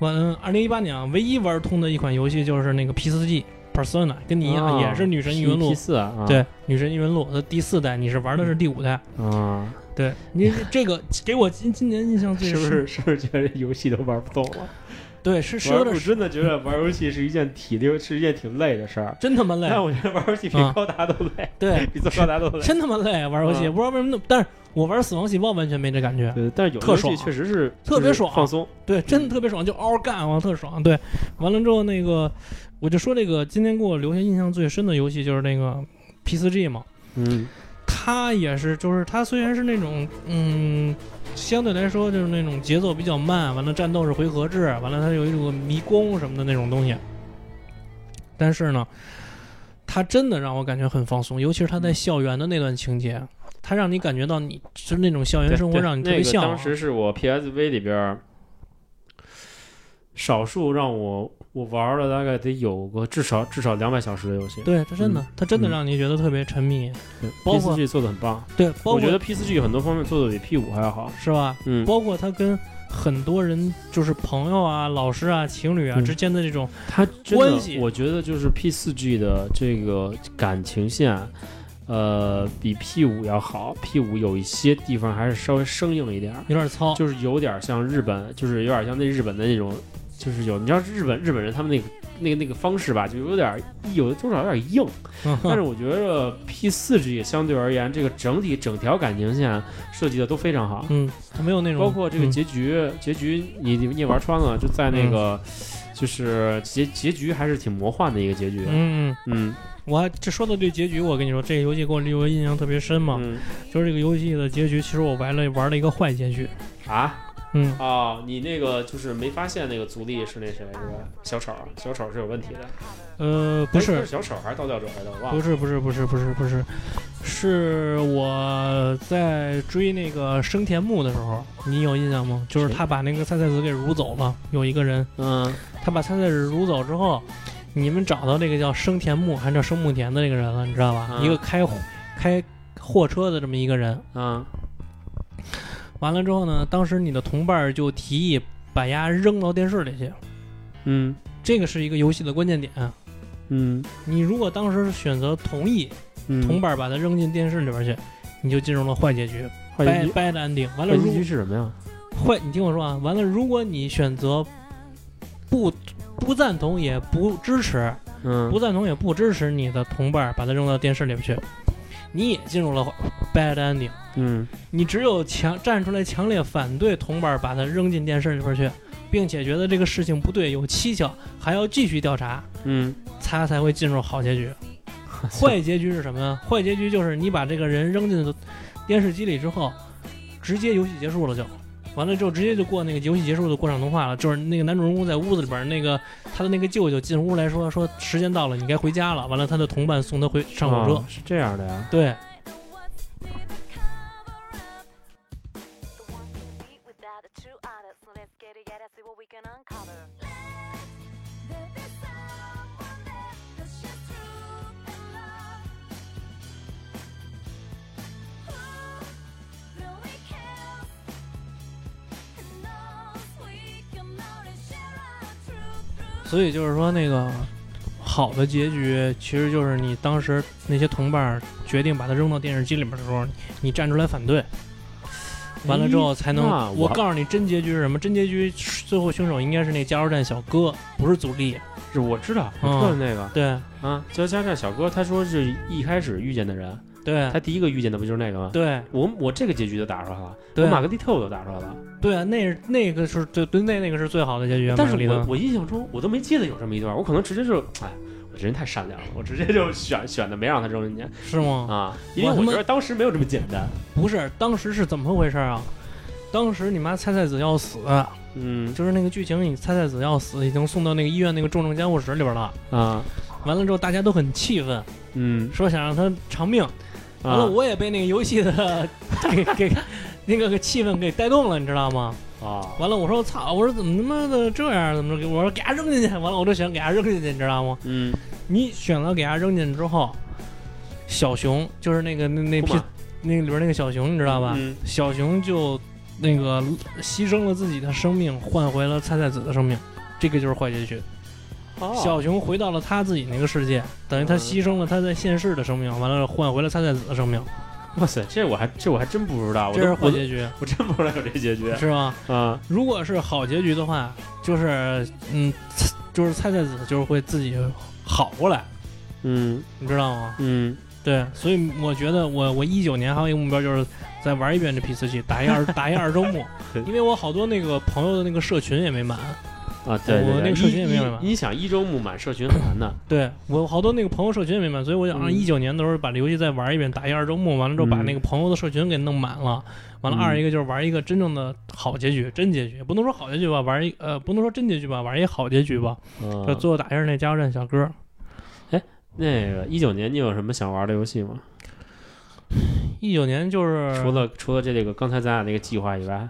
完，二零一八年啊，唯一玩通的一款游戏就是那个 P 四 G Persona，跟你一样、啊也是女神异闻 P 录，四啊，对，女神异闻录它第四代，你是玩的是第五代，啊，对你这个给我今今年印象最 是深，不是是不是觉得游戏都玩不动 了？对，是是有玩点我真的觉得玩游戏是一件体力是一件挺累的事儿，真他妈 累，但我觉得玩游戏比啊高达都累，对，比做高达都累。真他妈累，玩游戏、嗯不知道为什么那么，但是我玩死亡细胞完全没这感觉， 对，但是有的特游爽戏确实是特别就是爽放松。对，真的特别爽，就嗷干，我特爽。对，完了之后那个，我就说这个今天给我留下印象最深的游戏就是那个 P 四 G 嘛，嗯，它也是，就是它虽然是那种，嗯，相对来说就是那种节奏比较慢，完了战斗是回合制，完了它有一种迷宫什么的那种东西，但是呢，它真的让我感觉很放松，尤其是它在校园的那段情节，它让你感觉到你就是那种校园对生活对让你特那别啊个向往。当时是我 PSV 里边儿少数让我我玩了大概得有个至少至少两百小时的游戏，对，它真的，它真的嗯让你觉得特别沉迷。包，P 括四 G 做的很棒，对，包嗯我觉括得 P 四 G 很多方面做的比 P 五还要好。是吧？嗯，包括他跟很多人，就是朋友啊、老师啊、情侣啊嗯之间的这种，它真关的系，我觉得就是 P 四 G 的这个感情线，呃，比 P 五要好。P 五有一些地方还是稍微生硬一点儿，有点糙。就是有点像日本，就是有点像那日本的那种，就是有你知道日本日本人他们那个那个那个方式吧，就有点有多少有点硬。嗯但是我觉得 P 四 G 相对而言，这个整体整条感情线设计的都非常好。嗯，他没有那种包括这个嗯结局，结局你你也玩穿了，就在那个、就是结结局还是挺魔幻的一个结局。嗯嗯，嗯嗯我还这说到这结局，我跟你说，这个游戏给我留下印象特别深嘛，嗯就是这个游戏的结局，其实我玩了玩了一个坏结局，啊嗯，哦，你那个就是没发现那个足力是那谁是吧？小丑，小丑是有问题的。呃，不哎是，小丑还是盗吊者来的，我忘不了。是，不是，不是，不是，不是，是我在追那个生田木的时候，你有印象吗？就是谁他把那个菜菜子给掳走了，有一个人，嗯他把参赛者掳走之后，你们找到这个叫生田木还是叫生木田的这个人了，你知道吧？嗯一个开开货车的这么一个人。嗯完了之后呢，当时你的同伴儿就提议把鸭扔到电视里去，嗯这个是一个游戏的关键点。啊嗯你如果当时选择同意嗯同伴儿把它扔进电视里边去，你就进入了坏结局坏结，bad 局 bad ending。完了，坏如结局是什么呀？坏，你听我说啊，完了，如果你选择不不赞同也不支持，嗯不赞同也不支持你的同伴儿把他扔到电视里边去，你也进入了 bad ending。嗯你只有强站出来强烈反对同伴儿把他扔进电视里边去，并且觉得这个事情不对有蹊跷，还要继续调查，嗯，他才会进入好结局。 坏结局是什么呀？坏结局就是你把这个人扔进电视机里之后，直接游戏结束了就。完了之后，直接就过那个游戏结束的过场动画了。就是那个男主人公在屋子里边，那个他的那个舅舅进屋来说说时间到了，你该回家了。完了，他的同伴送他回上火车。哦是这样的呀。对，所以就是说那个好的结局，其实就是你当时那些同伴儿决定把他扔到电视机里边的时候，你站出来反对。完了之后才能，哎那我我告诉你真结局是什么？真结局最后凶手应该是那加油站小哥，不是祖力。是我知道，我嗯知道那个对啊，交加站小哥，他说是一开始遇见的人，对他第一个遇见的不就是那个吗？嗯对我我这个结局就打出来了，对啊我玛格丽特我都打出来了，对啊，那是那个是对对那那个是最好的结局。但是玛格丽我特我印象中我都没记得有这么一段，我可能直接就，哎，我这人太善良了， 我直接就选选的没让他扔进去是吗？啊，因为哦我他我妈觉得当时没有这么简单，不是，当时是怎么回事啊？当时你妈菜菜子要死，嗯就是那个剧情，你菜菜子要死，已经送到那个医院那个重症监护室里边了。啊完了之后，大家都很气愤，嗯，说想让他偿命。完啊 了，我也被那个游戏的给给那个气氛给带动了，你知道吗？啊，完了，我说我操，我说怎么他妈的这样，怎么着？我说给他扔进去，完了我就想给他扔进去，你知道吗？嗯，你选了给他扔进去之后，小熊就是那个那那库匹马那个里边那个小熊，你知道吧？嗯小熊就那个牺牲了自己的生命，换回了菜菜子的生命，这个就是坏结局。哦，小熊回到了他自己那个世界，等于他嗯牺牲了他在现世的生命，完了换回了菜菜子的生命，哇塞，这我还这我还真不知啊道，我这是都坏我都结局，我真不知道有这结局是吗？啊，如果是好结局的话，就是嗯，就是菜菜子就是会自己好过来，嗯你知道吗？嗯，对，所以我觉得我我一九年还有一个目标就是再玩一遍这 PC 打一二打一二周 目，因为我好多那个朋友的那个社群也没满，啊，对我对那对，个社群也没有一了一你想一周目满社群很 难的，对我好多那个朋友社群也没满，所以我想让嗯一九年的时候把这游戏再玩一遍，打一二周目，完了之后把嗯那个朋友的社群给弄满了。完了，嗯二一个就是玩一个真正的好结局，真结局，不能说好结局吧，玩一呃，不能说真结局吧，玩一好结局吧，嗯就最后打一下那加油站小哥。那个一九年你有什么想玩的游戏吗？一九年就是除了除了这个刚才咱俩那个计划以外，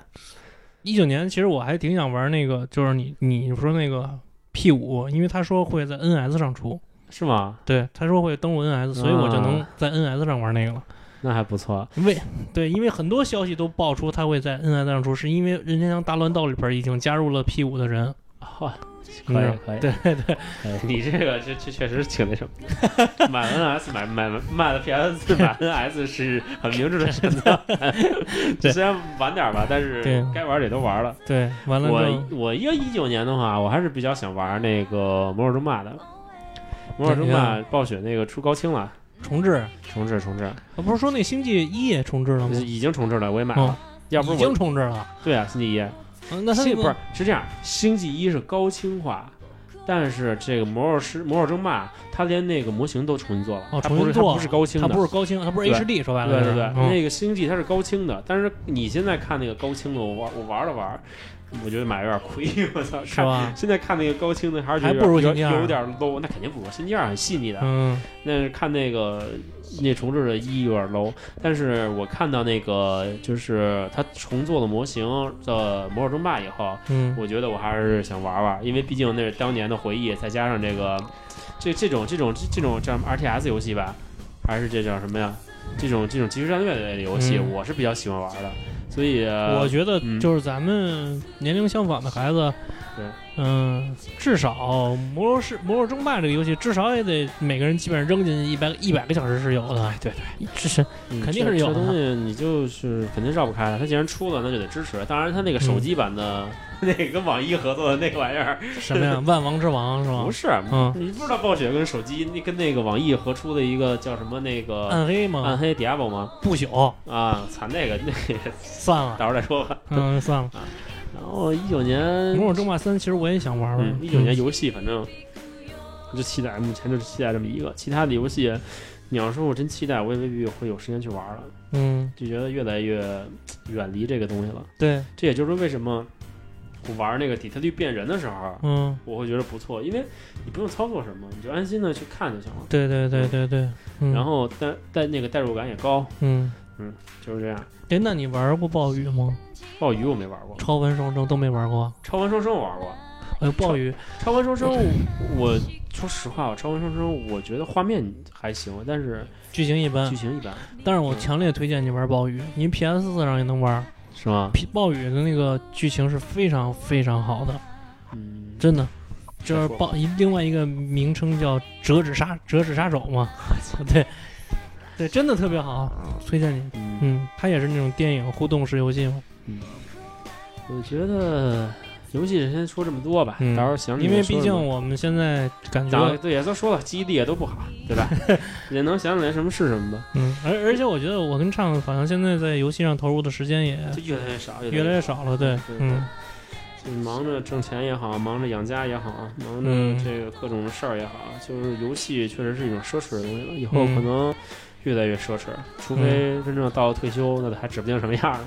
一九年，其实我还挺想玩那个，就是你你说那个 P 五，因为他说会在 NS 上出，是吗？对，他说会登陆 NS，所以我就啊能在 NS 上玩那个了。那还不错，因为对，因为很多消息都爆出他会在 NS 上出，是因为任天堂大乱斗里边已经加入了 P 五的人，嗯哇， 你可知道以可以，对对，哎，你这个这这确实挺那什么，买 NS 买买卖了 PS 买 NS 是很明智的选择。对 虽然晚点吧，但是对该玩儿的也都玩了。对，完了我就我要一九年的话，我还是比较想玩那个《摩尔争霸》的，《摩哎尔争霸》暴雪那个出高清了，重置。重置重置，啊不是说那星际一也重置了吗？已经重置了，我也买了。啊要不嗯哦已是我经重置了。对啊，星际一，嗯那他星不是是这样，星际一是高清化。但是这个魔兽师魔兽争霸，它连那个模型都重新做了，哦它重不新是做它了不是高清它的，不是高清，它不是对 HD，说白了对就是对对，嗯那个星际它是高清的，但是你现在看那个高清的，我玩我玩了玩，我觉得买有点亏， 我操，是看吧？现在看那个高清的还是觉得还不如有星际二有点 low，那肯定不如星际二很细腻的，嗯但是看那个那重置的一有点 low，但是我看到那个就是它重做了模型的魔兽争霸以后，嗯，我觉得我还是想玩玩，因为毕竟那是当年的回忆，再加上这个这这种这种这这种叫什么 RTS 游戏吧，还是这叫什么呀？这种这种即时战略类的游戏，嗯我是比较喜欢玩的。所以我觉得嗯就是咱们年龄相仿的孩子，对嗯、至少《魔兽世魔兽争霸》这个游戏，至少也得每个人基本上扔进一百一百个小时是有的。对对，这是嗯肯定这是有这的东西，你就是肯定绕不开的。它既然出了，那就得支持。当然，它那个手嗯机版的、 那个跟网易合作的那个玩意儿，什么呀？万王之王是吧不？是。嗯，你不知道暴雪跟手机那跟那个网易合出的一个叫什么那个暗黑暗嘛，黑 Diablo 吗？不朽，啊，操，那个那个，算了，到时候再说吧。嗯，算了。然后一九《年魔兽争霸三》其实我也想玩玩嗯，，一九年游戏反正我就期待，目前就是期待这么一个，其他的游戏，你要说我真期待，我也未必会有时间去玩了，嗯，就觉得越来越呃远离这个东西了。对，这也就是为什么我玩那个底特律变人的时候，嗯，我会觉得不错，因为你不用操作什么，你就安心的去看就行了。对对对对对，嗯然后带带那个代入感也高，嗯，就是这样。哎，那你玩过暴雨吗？暴雨我没玩过，超凡双生都没玩过。超凡双生我玩过，哎呦，暴雨，超凡双生我说实话，我超凡双生我觉得画面还行，但是剧情一般剧，情一般，但是我强烈推荐你玩暴雨，因为 PS 4上也能玩。是吗？皮暴雨的那个剧情是非常非常好的，嗯，真的。这再是说吧暴一另外一个名称叫《折纸杀折纸杀手》嘛？ 对，对，真的特别啊好，推荐你。嗯，嗯，它也是那种电影互动式游戏嘛，我觉得游戏先说这么多吧，嗯到时候想因为毕竟我们现在感咱觉，对也都说了，记忆力也都不好，对 吧？也能想起来什么是什么吧，嗯，而而且我觉得我跟畅好像现在在游戏上投入的时间也就越来越少，嗯越来越少了，对对，嗯，就忙着挣钱也好，忙着养家也好，忙嗯着这个各种事儿也好，就是游戏确实是一种奢侈的东西了，以后嗯可能越来越奢侈，除非真正到了退休，那还指不定什么样儿呢。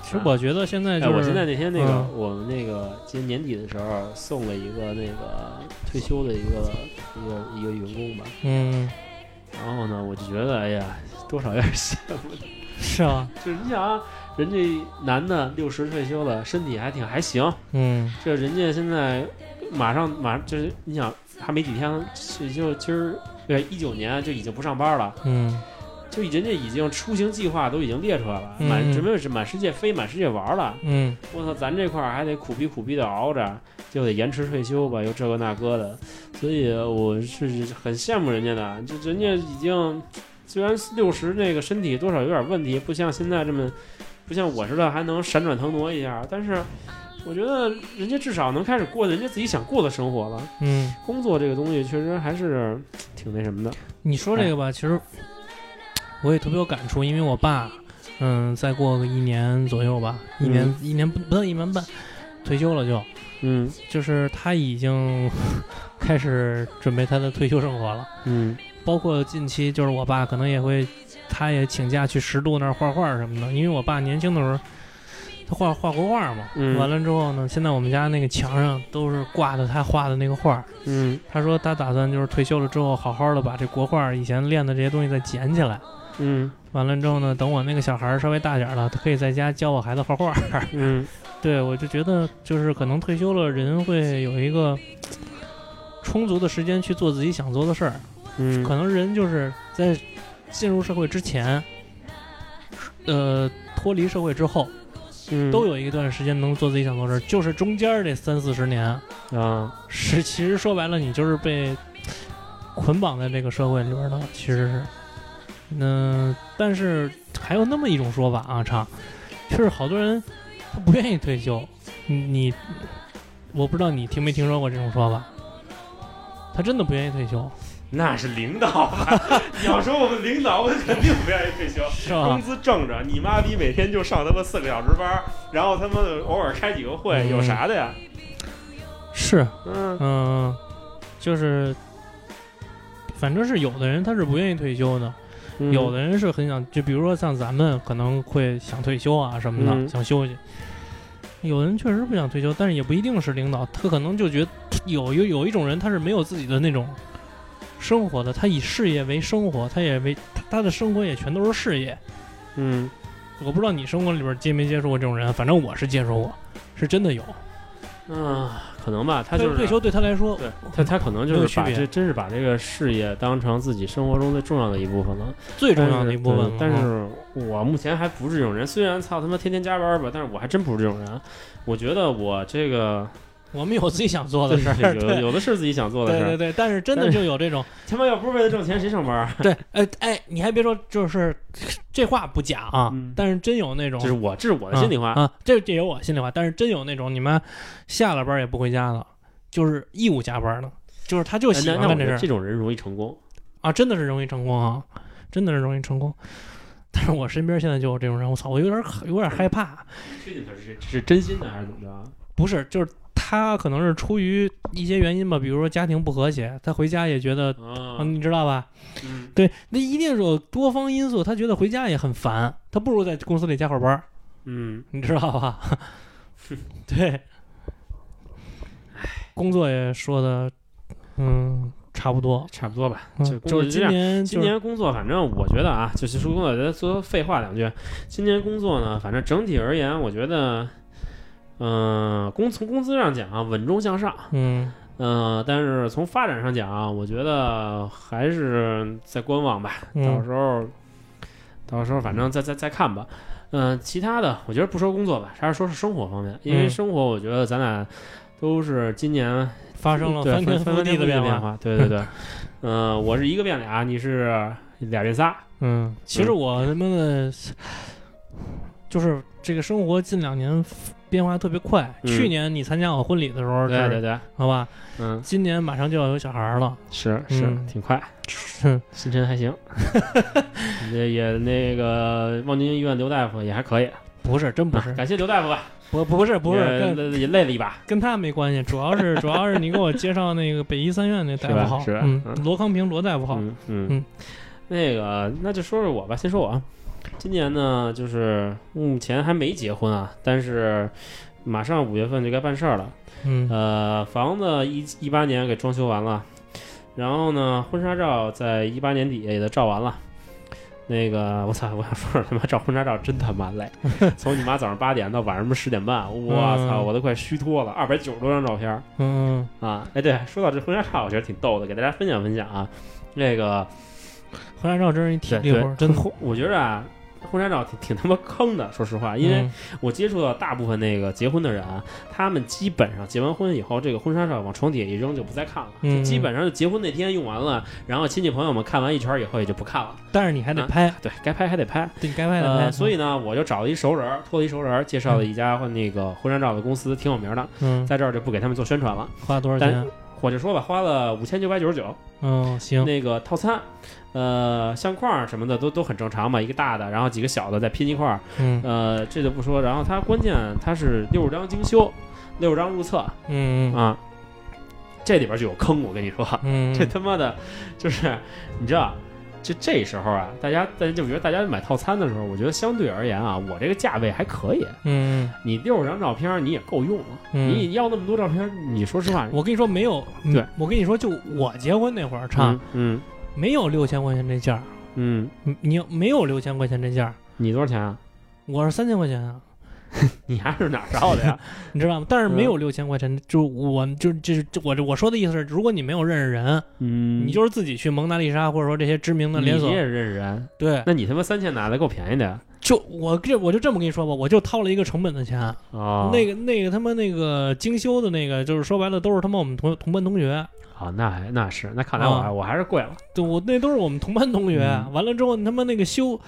其实我觉得现在哎，就是，我现在那天那个嗯，我们那个今年年底的时候送了一个那个退休的一个一个一个员工吧，嗯，然后呢，我就觉得哎呀，多少有点羡慕他，是啊， 就是你想啊，人家男的六十退休了，身体还挺还行，嗯，这人家现在马上马上就是你想还没几天，就就今儿对一九年啊就已经不上班了，嗯，就人家已经出行计划都已经列出来了，嗯满嗯准备是满世界飞，满世界玩了。嗯，我操，咱这块儿还得苦逼苦逼的熬着，就得延迟退休吧，又这个那个的，所以我是很羡慕人家的，就人家已经虽然六十那个身体多少有点问题，不像现在这么，不像我似的还能闪转腾挪一下，但是我觉得人家至少能开始过人家自己想过的生活了。嗯，工作这个东西确实还是挺那什么的，你说这个吧，其实我也特别有感触，因为我爸，嗯，再过个一年左右吧，一年、一年不不到一年半，退休了就，嗯就是他已经 开始准备他的退休生活了。嗯包括近期，就是我爸可能也会，他也请假去十渡那儿画画什么的，因为我爸年轻的时候，他画画过画嘛。嗯完了之后呢，现在我们家那个墙上都是挂的他画的那个画。嗯他说他打算就是退休了之后，好好的把这国画以前练的这些东西再捡起来。嗯完了之后呢，等我那个小孩儿稍微大点儿了，他可以在家教我孩子画画。 嗯对，我就觉得就是可能退休了，人会有一个充足的时间去做自己想做的事儿。嗯，可能人就是在进入社会之前，呃，脱离社会之后，嗯都有一段时间能做自己想做的事儿。就是中间儿这三四十年，啊，是其实说白了，你就是被捆绑在这个社会里边儿的，其实是。嗯、但是还有那么一种说法啊，唱，就是好多人他不愿意退休，你你我不知道你听没听说过这种说法，他真的不愿意退休，那是领导吧？ 你要说我们领导，我肯定不愿意退休。是吧工？嗯资挣着，你妈逼每天就上他妈四个小时班儿，然后他妈的偶尔开几个会，嗯有啥的呀？是，嗯嗯，就是，反正是有的人他是不愿意退休的，有的，的人是很想，就比如说像咱们可能会想退休啊什么的，嗯想休息。有人确实不想退休，但是也不一定是领导，他可能就觉得有有有一种人他是没有自己的那种生活的，他以事业为生活，他也为他他的生活也全都是事业。嗯，我不知道你生活里边接没接触过这种人，反正我是接触过，是真的有。啊，可能吧，他就是退休对他来说，对他他可能没就有是区把别这真是把这个事业当成自己生活中最重要的一部分了，最重要但的是一部分对了但啊是我目前还不是这种人，虽然操他妈天天加班吧，但是我还真不是这种人。我觉得我这个我们有自己想做的事儿， 有有的是自己想做 的对事对儿，对，但是真的但是就有这种，他妈要不是为了挣钱，谁上班啊？对，哎哎，你还别说，就是 这话不假啊，嗯但是真有那种，这是我这是我的啊心里话，啊，这这也有我心里话，但是真有那种你们下了班也不回家的，就是义务加班的，就是他就哎喜那欢那我干觉得事这儿种人容易成功。啊，真的是容易成功啊，真的是容易成功。但是我身边现在就有这种人，我操，我有点儿有点儿害怕，确定他是是真心的还是怎么着啊？不是，就是他可能是出于一些原因吧，比如说家庭不和谐，他回家也觉得，啊、啊，你知道吧？嗯对，那一定是有多方因素，他觉得回家也很烦，他不如在公司里加会儿班儿，嗯，你知道吧？ 对，工作也说的，嗯，差不多，差不多吧。嗯就就工作是就这今样年，今就是年工作，反正我觉得啊，就是说工作，咱说废话两句。今年工作呢，反正整体而言，我觉得，嗯、工从工资上讲啊，稳中向上，嗯嗯、但是从发展上讲啊，我觉得还是在观望吧，到嗯时候，到时候反正再再再看吧。嗯、其他的我觉得不说工作吧，还是说是生活方面，因为嗯生活我觉得咱俩都是今年发生了对翻天翻覆地的变化，化。对对对，嗯、我是一个变俩，你是俩 变仨。嗯，其实我他妈的，就是这个生活近两年变化特别快，嗯去年你参加我婚礼的时候，对对，对，好吧，嗯，今年马上就要有小孩儿 了，是是，嗯挺快，哼新陈还行。也也那个望京医院刘大夫也还可以，不是，真不啊是，感谢刘大夫吧，不不是不是，也跟也也累了一把，跟他没关系，主要 是主要是你给我介绍那个北医三院那大是吧夫好，是吧嗯，嗯罗康平罗大夫好，嗯嗯嗯那个那就说说我吧，先说我啊，今年呢就是目前还没结婚啊，但是马上五月份就该办事儿了。嗯呃，房子一一八年给装修完了，然后呢，婚纱照在一八年底也都照完了。那个我操，我想说他妈照婚纱照真他妈累，从你妈早上八点到晚上什么十点半，我操，嗯我都快虚脱了，二百九十多张照片儿嗯，啊！哎，对，说到这婚纱照，我觉得挺逗的，给大家分享分享啊。那个婚纱照真是一体力对活对儿，， 真的，婚，我觉着啊，婚纱照挺挺他妈坑的，说实话，因为嗯我接触到大部分那个结婚的人啊，他们基本上结完婚以后，这个婚纱照往床底下一扔就不再看了，嗯就基本上就结婚那天用完了，然后亲戚朋友们看完一圈以后也就不看了，但是你还得啊拍，对该拍还得拍。对，你该拍的呃，拍。所以呢，我就找了一熟人儿，托了一熟人儿，介绍了一家那个婚纱照的公司，挺有名的，嗯，在这儿就不给他们做宣传了。花多少钱？我就说吧，花了五千九百九十九，嗯，行，那个套餐，呃，相框什么的都都很正常嘛，一个大的，然后几个小的再拼一块儿，嗯呃，这就不说。然后它关键它是六十张精修，六十张入册嗯嗯啊，这里边就有坑，我跟你说，嗯， 这他妈的，就是你知道。就这时候啊，大家大家就觉得大家买套餐的时候，我觉得相对而言啊，我这个价位还可以。嗯你六十张照片你也够用了，嗯，你要那么多照片，你说实话，我跟你说没有，嗯对，我跟你说，就我结婚那会儿唱，嗯没有六千块钱这价儿，嗯嗯，你你没有六千块钱这价儿，你多少钱啊？我是三千块钱啊，你还是哪儿照的呀？你知道吗？但是没嗯有六千块钱，就我就这这我这我说的意思是，如果你没有认识人，嗯，你就是自己去蒙娜丽莎或者说这些知名的你连锁也，认识人，对，那你他妈三千拿的够便宜的呀就我这我就这么跟你说吧，我就掏了一个成本的钱，哦，那个那个他妈那个精修的那个，就是说白了都是他妈我们同同班同学，哦，那还那是那看来我还啊我还是贵了，对，我那都是我们同班同学。嗯完了之后，你他妈那个修，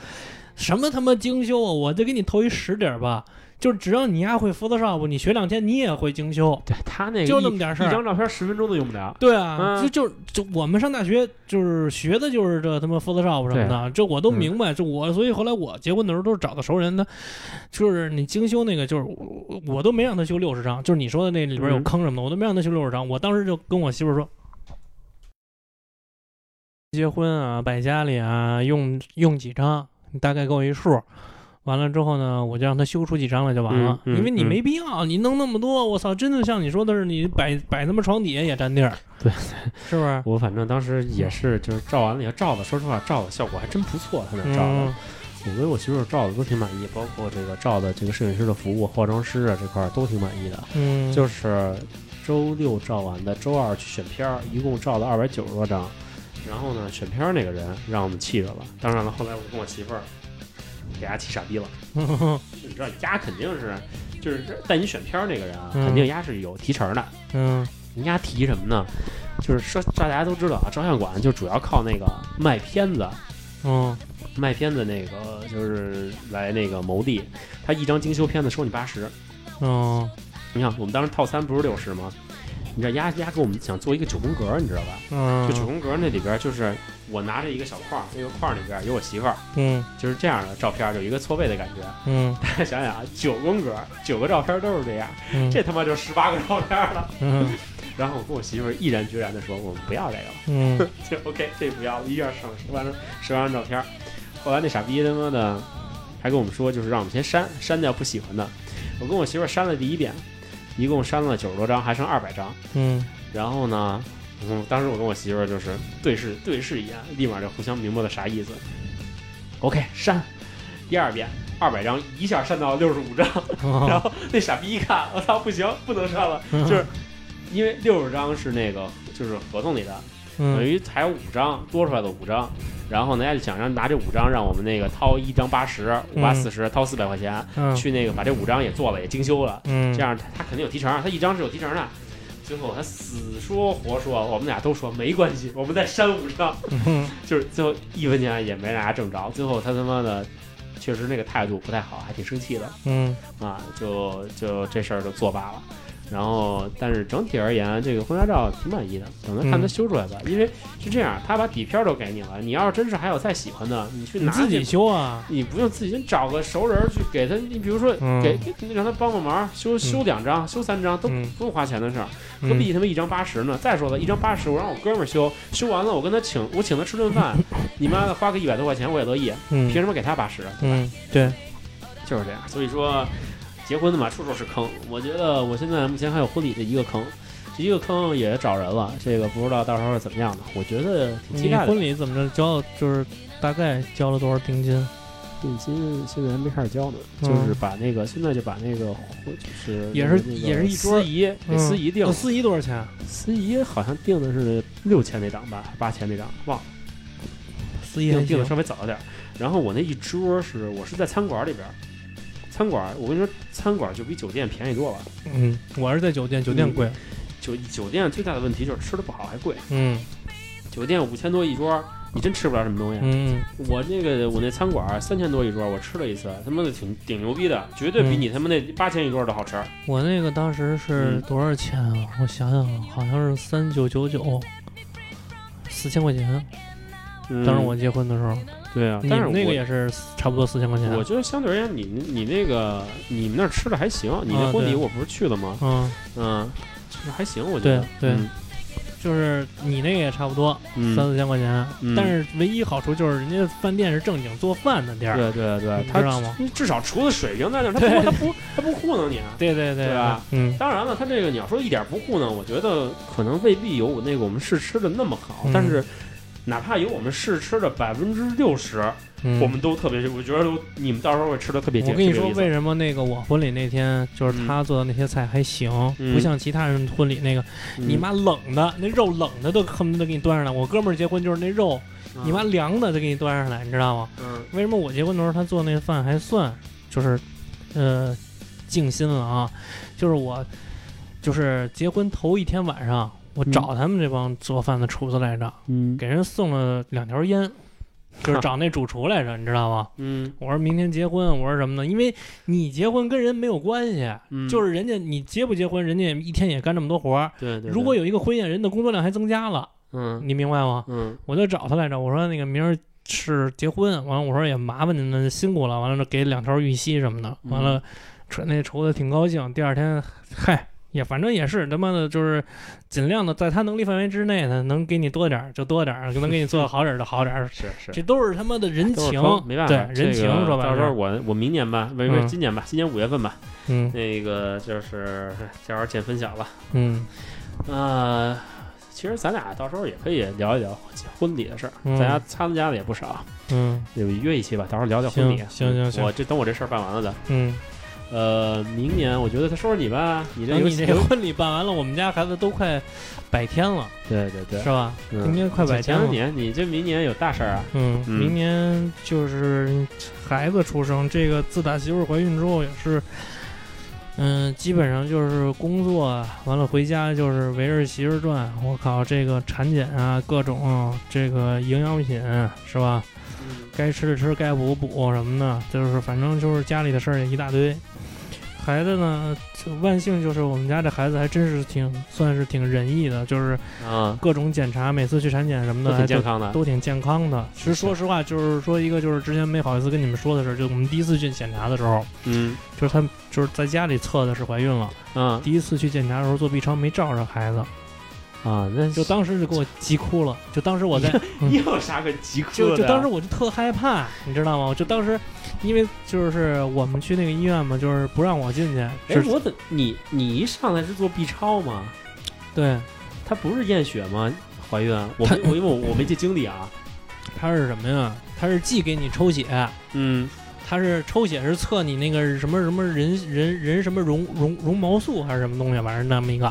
什么他妈精修啊！我就给你投一十点儿吧，就是只要你丫会 Photoshop，你学两天你也会精修，对他那个就那一么点儿事一儿。张照片十分钟都用不了，对啊，嗯就就就我们上大学就是学的就是这他妈 Photoshop 什么啊的，这嗯我都明白。就我，所以后来我结婚的时候都是找的熟人的，就是你精修那个，就是我我都没让他修六十张，就是你说的那里边有嗯坑什么的，我都没让他修六十张。我当时就跟我媳妇说。结婚啊，摆家里啊，用用几张，你大概给我一数。完了之后呢，我就让他修出几张来就完了，嗯嗯因为你嗯没必要，你弄那么多，我操，真的像你说的是，你摆摆他妈床底下也占地儿，对，是不是？我反正当时也是就是照完了以后照的，说实话照的效果还真不错，他那照的嗯，，我跟我媳妇儿照的都挺满意，包括这个照的这个摄影师的服务、化妆师啊这块儿都挺满意的，嗯，就是是周六照完的，周二去选片儿，一共照了二百九十多张。然后呢，选片儿那个人让我们气着了。当然了，后来我跟我媳妇儿给丫气傻逼了。嗯你知道，丫肯定是就是带你选片儿那个人啊，嗯肯定丫是有提成的。嗯人家提什么呢？就是说，大家都知道啊，照相馆就主要靠那个卖片子，嗯卖片子那个就是来那个牟利。他一张精修片子收你八十，嗯你看，我们当时套餐不是六十吗？你知道丫丫给我们想做一个九宫格，你知道吧？嗯，就九宫格那里边，就是我拿着一个小框，那个框里边有我媳妇儿，嗯就是这样的照片，有一个错位的感觉。 嗯大家想想啊，九宫格，九个照片都是这样，嗯，这他妈就十八个照片了。嗯 然后我跟我媳妇儿毅然决然的说，我们不要这个了， 嗯就 OK，这不要了，一下省十万张十万张照片。后来那傻逼他妈的还跟我们说，就是让我们先删删掉不喜欢的。我跟我媳妇儿删了第一遍，一共删了九十多张，还剩二百张。嗯然后呢，嗯，当时我跟我媳妇儿就是对视对视一眼，立马就互相明白了啥意思。OK，删。第二遍，二百张一下删到六十五张，然嗯，后那傻逼一看，我操，不行，不能删了，就是因为六十张是那个就是合同里的，等嗯于才五张多出来的五张。然后呢，人家就想让拿这五张让我们那个掏一张八十，五八嗯四十，掏四百块钱嗯去那个把这五张也做了，也精修了。嗯这样他他肯定有提成，啊他一张是有提成的。最后他死说活说，我们俩都说没关系，我们再删五张，嗯 就是最后一分钱也没让他挣着。最后他他妈的，确实那个态度不太好，还挺生气的嗯啊，就就这事儿就作罢了。然后，但是整体而言，这个婚纱照挺满意的，等着看他嗯修出来吧。因为是这样，他把底片儿都给你了，你要是真是还有再喜欢的，你去你拿自去己修啊，你不用自己，你找个熟人去给他，你比如说嗯给给让他帮个忙，修修两张、修三张都嗯不用花钱的事儿，嗯何必他妈一张八十呢？再说了，一张八十，我让我哥们儿修，修完了我跟他请，我请他吃顿 饭，你妈的花个一百多块钱我也乐意，嗯凭什么给他八十？对吧？嗯对，就是这样，所以说结婚的嘛，处处是坑。我觉得我现在目前还有婚礼的一个坑，这一个坑也找人了，这个不知道到时候是怎么样的，我觉得挺期你待的婚。礼怎么着交就是大概交了多少定金？定金现在还没开始交呢，嗯就是把那个现在就把那个就是也是那个也是一桌司仪给司仪定哦了，司仪多少钱？司仪 E 好像定的是六千那档吧，八千那档忘了，司仪定还定的哎行，稍微早了点儿。然后我那一桌是我是在餐馆里边儿，餐馆儿我跟你说，餐馆儿就比酒店便宜多了。嗯，我是在酒店，酒店贵，酒酒店最大的问题就是吃的不好还贵，嗯酒店五千多一桌，你真吃不了什么东西。嗯我那个我那餐馆儿三千多一桌，我吃了一次，他妈的挺顶牛逼的，绝对比嗯你他妈那八千一桌的好吃。我那个当时是嗯多少钱啊？我想想啊，好像是三九九九，四千块钱。嗯当时我结婚的时候，对啊，你但是们那我个也是差不多四千块钱。啊我觉得相对而言，你你那个你们那儿吃的还行，你啊那婚礼对我不是去了吗？嗯，嗯，就是还行，我觉得。对对就是你那个也差不多嗯，三嗯四千块钱，嗯但是唯一好处就是人家饭店是正经做饭的地儿，对对对，你知他道吗？至少厨子水平在那儿，他对不他不他不糊弄你。对对对对吧？嗯当然了，他这个你要说一点不糊弄，我觉得可能未必有我那个我们试吃的那么好，嗯但是哪怕有我们试吃的百分之六十，嗯，我们都特别，我觉得都你们到时候会吃的特别我精。跟你特说，别有意思为什么那个我婚礼那天就是嗯他做的那些菜还行，嗯不像其他人婚礼那个，你嗯妈冷的那肉冷的都恨不得给你端上来。我哥们儿结婚就是那肉，你妈凉的都给你端上来，你知道吗？嗯为什么我结婚的时候他做那饭还算就是，呃，静心了啊？就是我就是结婚头一天晚上，我嗯找他们这帮做饭的厨子来着，嗯给人送了两条烟， 就是找那主厨来着，你知道吗？嗯我说明天结婚，我说什么呢？因为你结婚跟人没有关系，嗯，就是人家你结不结婚，人家也一天也干这么多活儿。对对对，如果有一个婚宴，人的工作量还增加了，嗯你明白吗？嗯我就找他来着，我说那个明儿是结婚，完了我说也麻烦您了，辛苦了，完了就给两条玉溪什么的，嗯完了，瞅那愁的挺高兴。第二天，嗨，也反正也是他妈的，就是尽量的在他能力范围之内呢，能给你多点儿就多点儿，能给你做的好点儿就好点 儿，是是。这都是他妈的人哎都是情托，没办法，对人这情个说白到了时候是，我我明年吧，不是不是嗯今年吧，今年五月份吧，嗯那个就是到时候见分晓吧。嗯啊，其实咱俩到时候也可以聊一聊婚礼的事儿，嗯大家参加的也不少，嗯就约一期吧，到时候聊聊婚礼。行行行行我这等我这事儿办完了的。嗯。呃，明年我觉得他收拾你吧，你这等有你这有婚礼办完了，我们家孩子都快百天了，对对对是，吧？嗯应该快百天前了两。年你这明年有大事儿啊？嗯，嗯明年就是孩子出生，这个自打媳妇儿怀孕之后也是，嗯、基本上就是工作啊，完了回家就是围着媳妇儿转。我靠，这个产检啊，各种、这个营养品是吧？该吃的吃，该补补什么的，就是反正就是家里的事儿也一大堆。孩子呢，就万幸就是我们家这孩子还真是挺算是挺仁义的，就是啊，各种检查，每次去产检什么都的还挺都健康的。都挺健康的。其实是说实话，就是说一个就是之前没好意思跟你们说的事儿，就我们第一次去检查的时候，嗯就是他们就是在家里测的是怀孕了，啊第一次去检查的时候做 B 超没照着孩子，啊，那就当时就给我急哭了，就当时我 在你有啥可急哭就的？就当时我就特害怕，你知道吗？我就当时因为就是我们去那个医院嘛，就是不让我进去，哎，是我怎你你一上来是做 B 超吗？对她不是验血吗？怀孕？我没我因为我我没这经历啊。他是什么呀？他是既给你抽血。嗯他是抽血是测你那个什么什么人人人什么绒绒绒毛素啊还是什么东西，反正那么一个。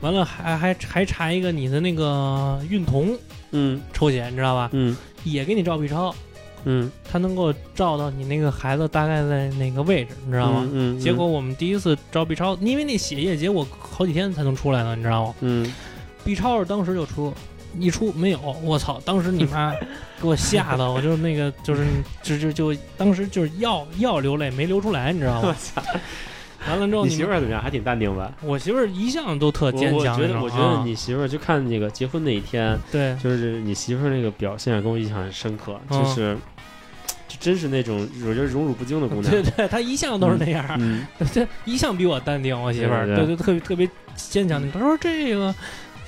完了还还还查一个你的那个孕酮嗯抽血，你知道吧？嗯也给你照 B 超，嗯，它能够照到你那个孩子大概在哪个位置，你知知道吗？嗯，嗯结果我们第一次照 B 超，因为那血液结果好几天才能出来呢，你知道吗嗯？B 超是当时就出，一出没有，我操！当时你妈给我吓得，我就那个就是就就就当时就是要要流泪没流出来，你知道吗我？操，完了之后你你，媳妇儿怎么样？还挺淡定吧？我媳妇儿一向都特我坚我强觉那得种我觉啊得你媳妇儿就看那个结婚那一天，对，就是你媳妇儿那个表现给我印象很深刻，嗯就是就真是那种我觉得荣辱不惊的姑娘对。对，她一向都是那样儿，嗯，这、一向比我淡定。我媳妇儿，对对对对，嗯特别特别坚强。她说这个。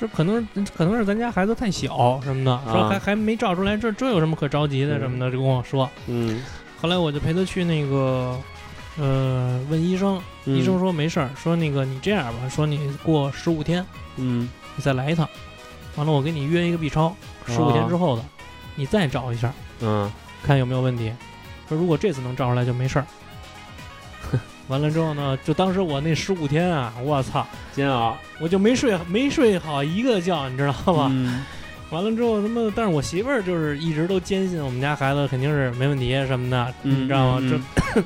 这可能可能是咱家孩子太小什么的，说还还没照出来，这这有什么可着急的啊嗯什么的，就跟我说。嗯，后来我就陪她去那个，呃，问医生，嗯医生，说没事儿，说那个你这样吧，说你过十五天嗯你再来一趟，完了我给你约一个 B 超，十五哦天之后的，你再找一下，嗯，看有没有问题。说如果这次能找出来就没事 儿。完了之后呢，就当时我那十五天啊，我操，煎熬，我就没睡没睡好一个觉，你知道吧？嗯完了之后他妈，但是我媳妇儿就是一直都坚信我们家孩子肯定是没问题什么的，嗯，你知道吗？嗯就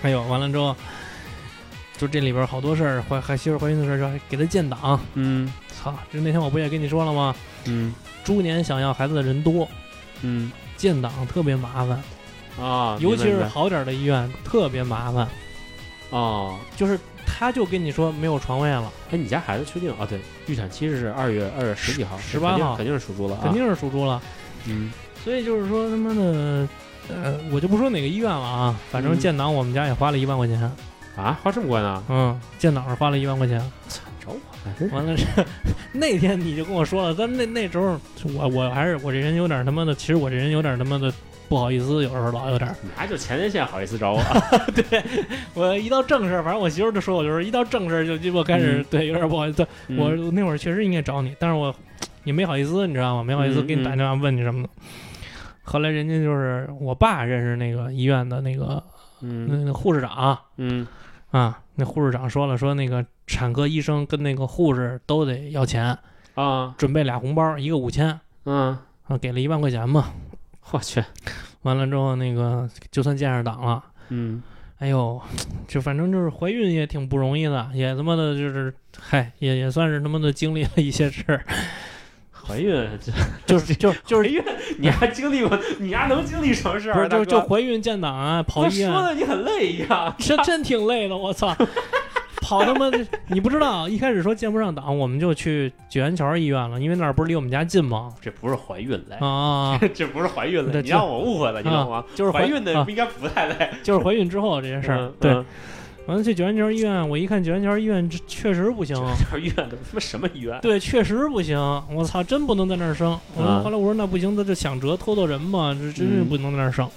哎呦，完了之后，就这里边好多事儿，怀还媳妇儿怀孕的事儿，就还给她建档。嗯操，就那天我不也跟你说了吗？嗯猪年想要孩子的人多，嗯建档特别麻烦，啊，尤其明是白好点儿的医院特别麻烦，哦，就是他就跟你说没有床位了，哎，你家孩子确定啊？对，预产期是二月二月十几号，十18肯定号肯定是属猪了啊，肯定是属猪了。嗯所以就是说他妈的，呃，我就不说哪个医院了啊，反正嗯建档我们家也花了一万块钱，啊，花这么贵呢？哎嗯，建档是花了一万块钱。找我干什 么？完了是那天你就跟我说了，咱那那时候我我还是我这人有点他妈的，其实我这人有点他妈的不好意思，有时候老有点儿。你还就前列腺好意思找我？我一到正事儿，反正我媳妇儿就说我就是一到正事儿就鸡巴开始、嗯对有点不好意思。嗯 我那会儿确实应该找你，但是我也没好意思，你知道吗？没好意思嗯给你打电话问你什么的。后来人家就是我爸认识那个医院的那个嗯那那护士长啊嗯啊，那护士长说了，说那个产科医生跟那个护士都得要钱，啊准备俩红包，一个五千。嗯，啊，给了一万块钱嘛。我去，完了之后，那个就算见上档了。嗯哎呦，就反正就是怀孕也挺不容易的，也他妈的就是，嗨，也也算是他妈的经历了一些事儿，怀孕这就是就 就是你还经历过？你还能经历什么事不儿是啊？就大哥就怀孕建档啊，跑我医院说，的你很累一样。这真挺累的，我 操，跑他妈的，你不知道，一开始说见不上档，我们就去九元桥医院了，因为那儿不是离我们家近吗？这不是怀孕累，啊，哎这不是怀孕累，对你这让我误会了，你懂吗？就是怀孕的啊不应该不太累，就是怀孕之后这些事儿嗯，对。嗯完了去九元桥医院，我一看九元桥医院这确实不行，这医院都他妈什么医院？对，确实不行，我操，真不能在那儿生。我说啊嗯后来我说那不行，那就想辙拖拖人嘛，这真是不能在那儿生。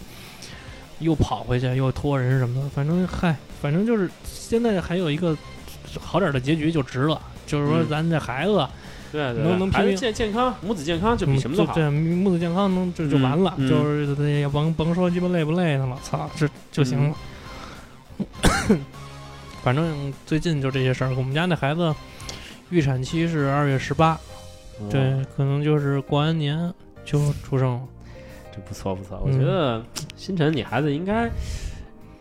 又跑回去，又拖人什么的，反正嗨，反正就是现在还有一个好点儿的结局就值了，就是说嗯咱这孩子对对，能能孩平子民健健康，母子健康就比什么都嗯好。对，母子健康能就就嗯完了，嗯就是也甭甭说鸡巴累不累的了，操，这就行了。嗯 反正最近就这些事儿，我们家那孩子预产期是二月十八，嗯对，可能就是过完年就出生了。这不错不错，我嗯觉得星辰你孩子应该，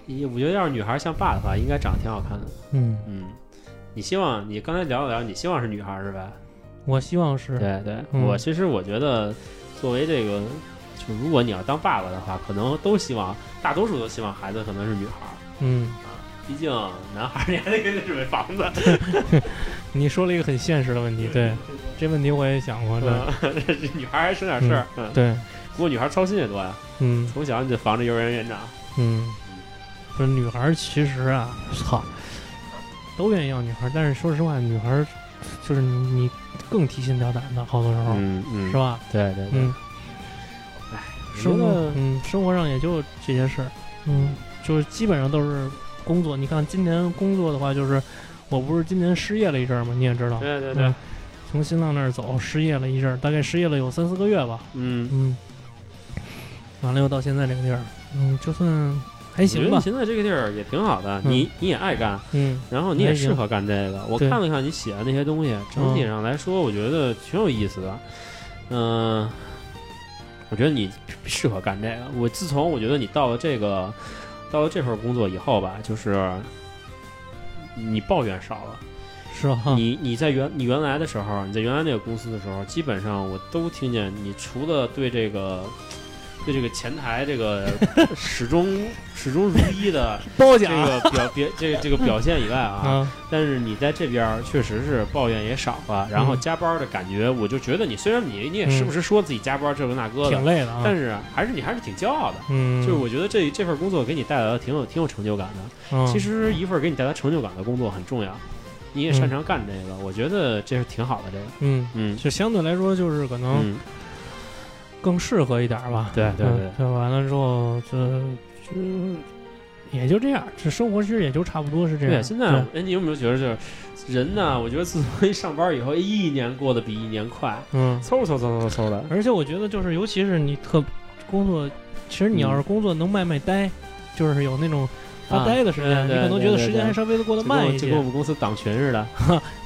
也我觉得要是女孩像爸的话，应该长得挺好看的。嗯，嗯，你希望你刚才聊了聊，你希望是女孩是吧？我希望是，对对，嗯我其实我觉得作为这个，就如果你要当爸爸的话，可能都希望，大多数都希望孩子可能是女孩。嗯，毕竟男孩儿你还得给他准备房子，你说了一个很现实的问题，对，这问题我也想过，对，嗯 女孩儿还省点事儿。嗯，对，不过女孩儿操心也多呀，嗯从小你就防着幼儿园园长。嗯，不是女孩儿其实啊，操，都愿意要女孩儿，但是说实话，女孩儿就是你你更提心吊胆的，好多时候、嗯嗯哦是，吧？对对对，嗯，我觉生活得嗯生活上也就这些事儿，嗯，就是基本上都是工作。你看今年工作的话，就是我不是今年失业了一阵儿嘛，你也知道，对对对嗯，从新浪那儿走，失业了一阵儿，大概失业了有三四个月吧，嗯。嗯，完了又到现在这个地儿，嗯，就算还我觉行得吧你，现在这个地儿也挺好的，嗯你你也爱干，嗯然后你也还行适合干这个。我对看了看你写的那些东西，整体上来说，我觉得挺有意思的。嗯、我觉得你适合干这个。我自从我觉得你到了这个，到了这份工作以后吧，就是你抱怨少了。是吧？你你在原你原来的时候，你在原来那个公司的时候，基本上我都听见你除了对这个对这个前台 这个始终始终如一的褒这个表别这个这个表现以外啊，啊，但是你在这边儿确实是抱怨也少了，然后嗯加班儿的感觉，我就觉得你虽然你你也嗯时不时说自己加班儿这个那个挺的，累的啊，但是是还是你还是挺骄傲的。嗯，就是我觉得这这份工作给你带来了挺有挺有成就感的，嗯其实一份给你带来成就感的工作很重要，你也擅长干这个，我觉得这是挺好的。这个，嗯，嗯就相对来说就是可能嗯，更适合一点儿吧。嗯对对对嗯，就完了之后，这这也就这样，这生活其实也就差不多是这样。对，现在哎，你有没有觉得就是人呐？我觉得自从一上班以后，一年过得比一年快，嗯，嗖嗖嗖嗖嗖的。而且我觉得就是，尤其是你特工作，其嗯实你要是工作能卖卖呆，就是有那种发呆的时间，啊对你可能觉得对对时间还稍微的过得就跟我慢一就些，跟我们公司党群似的，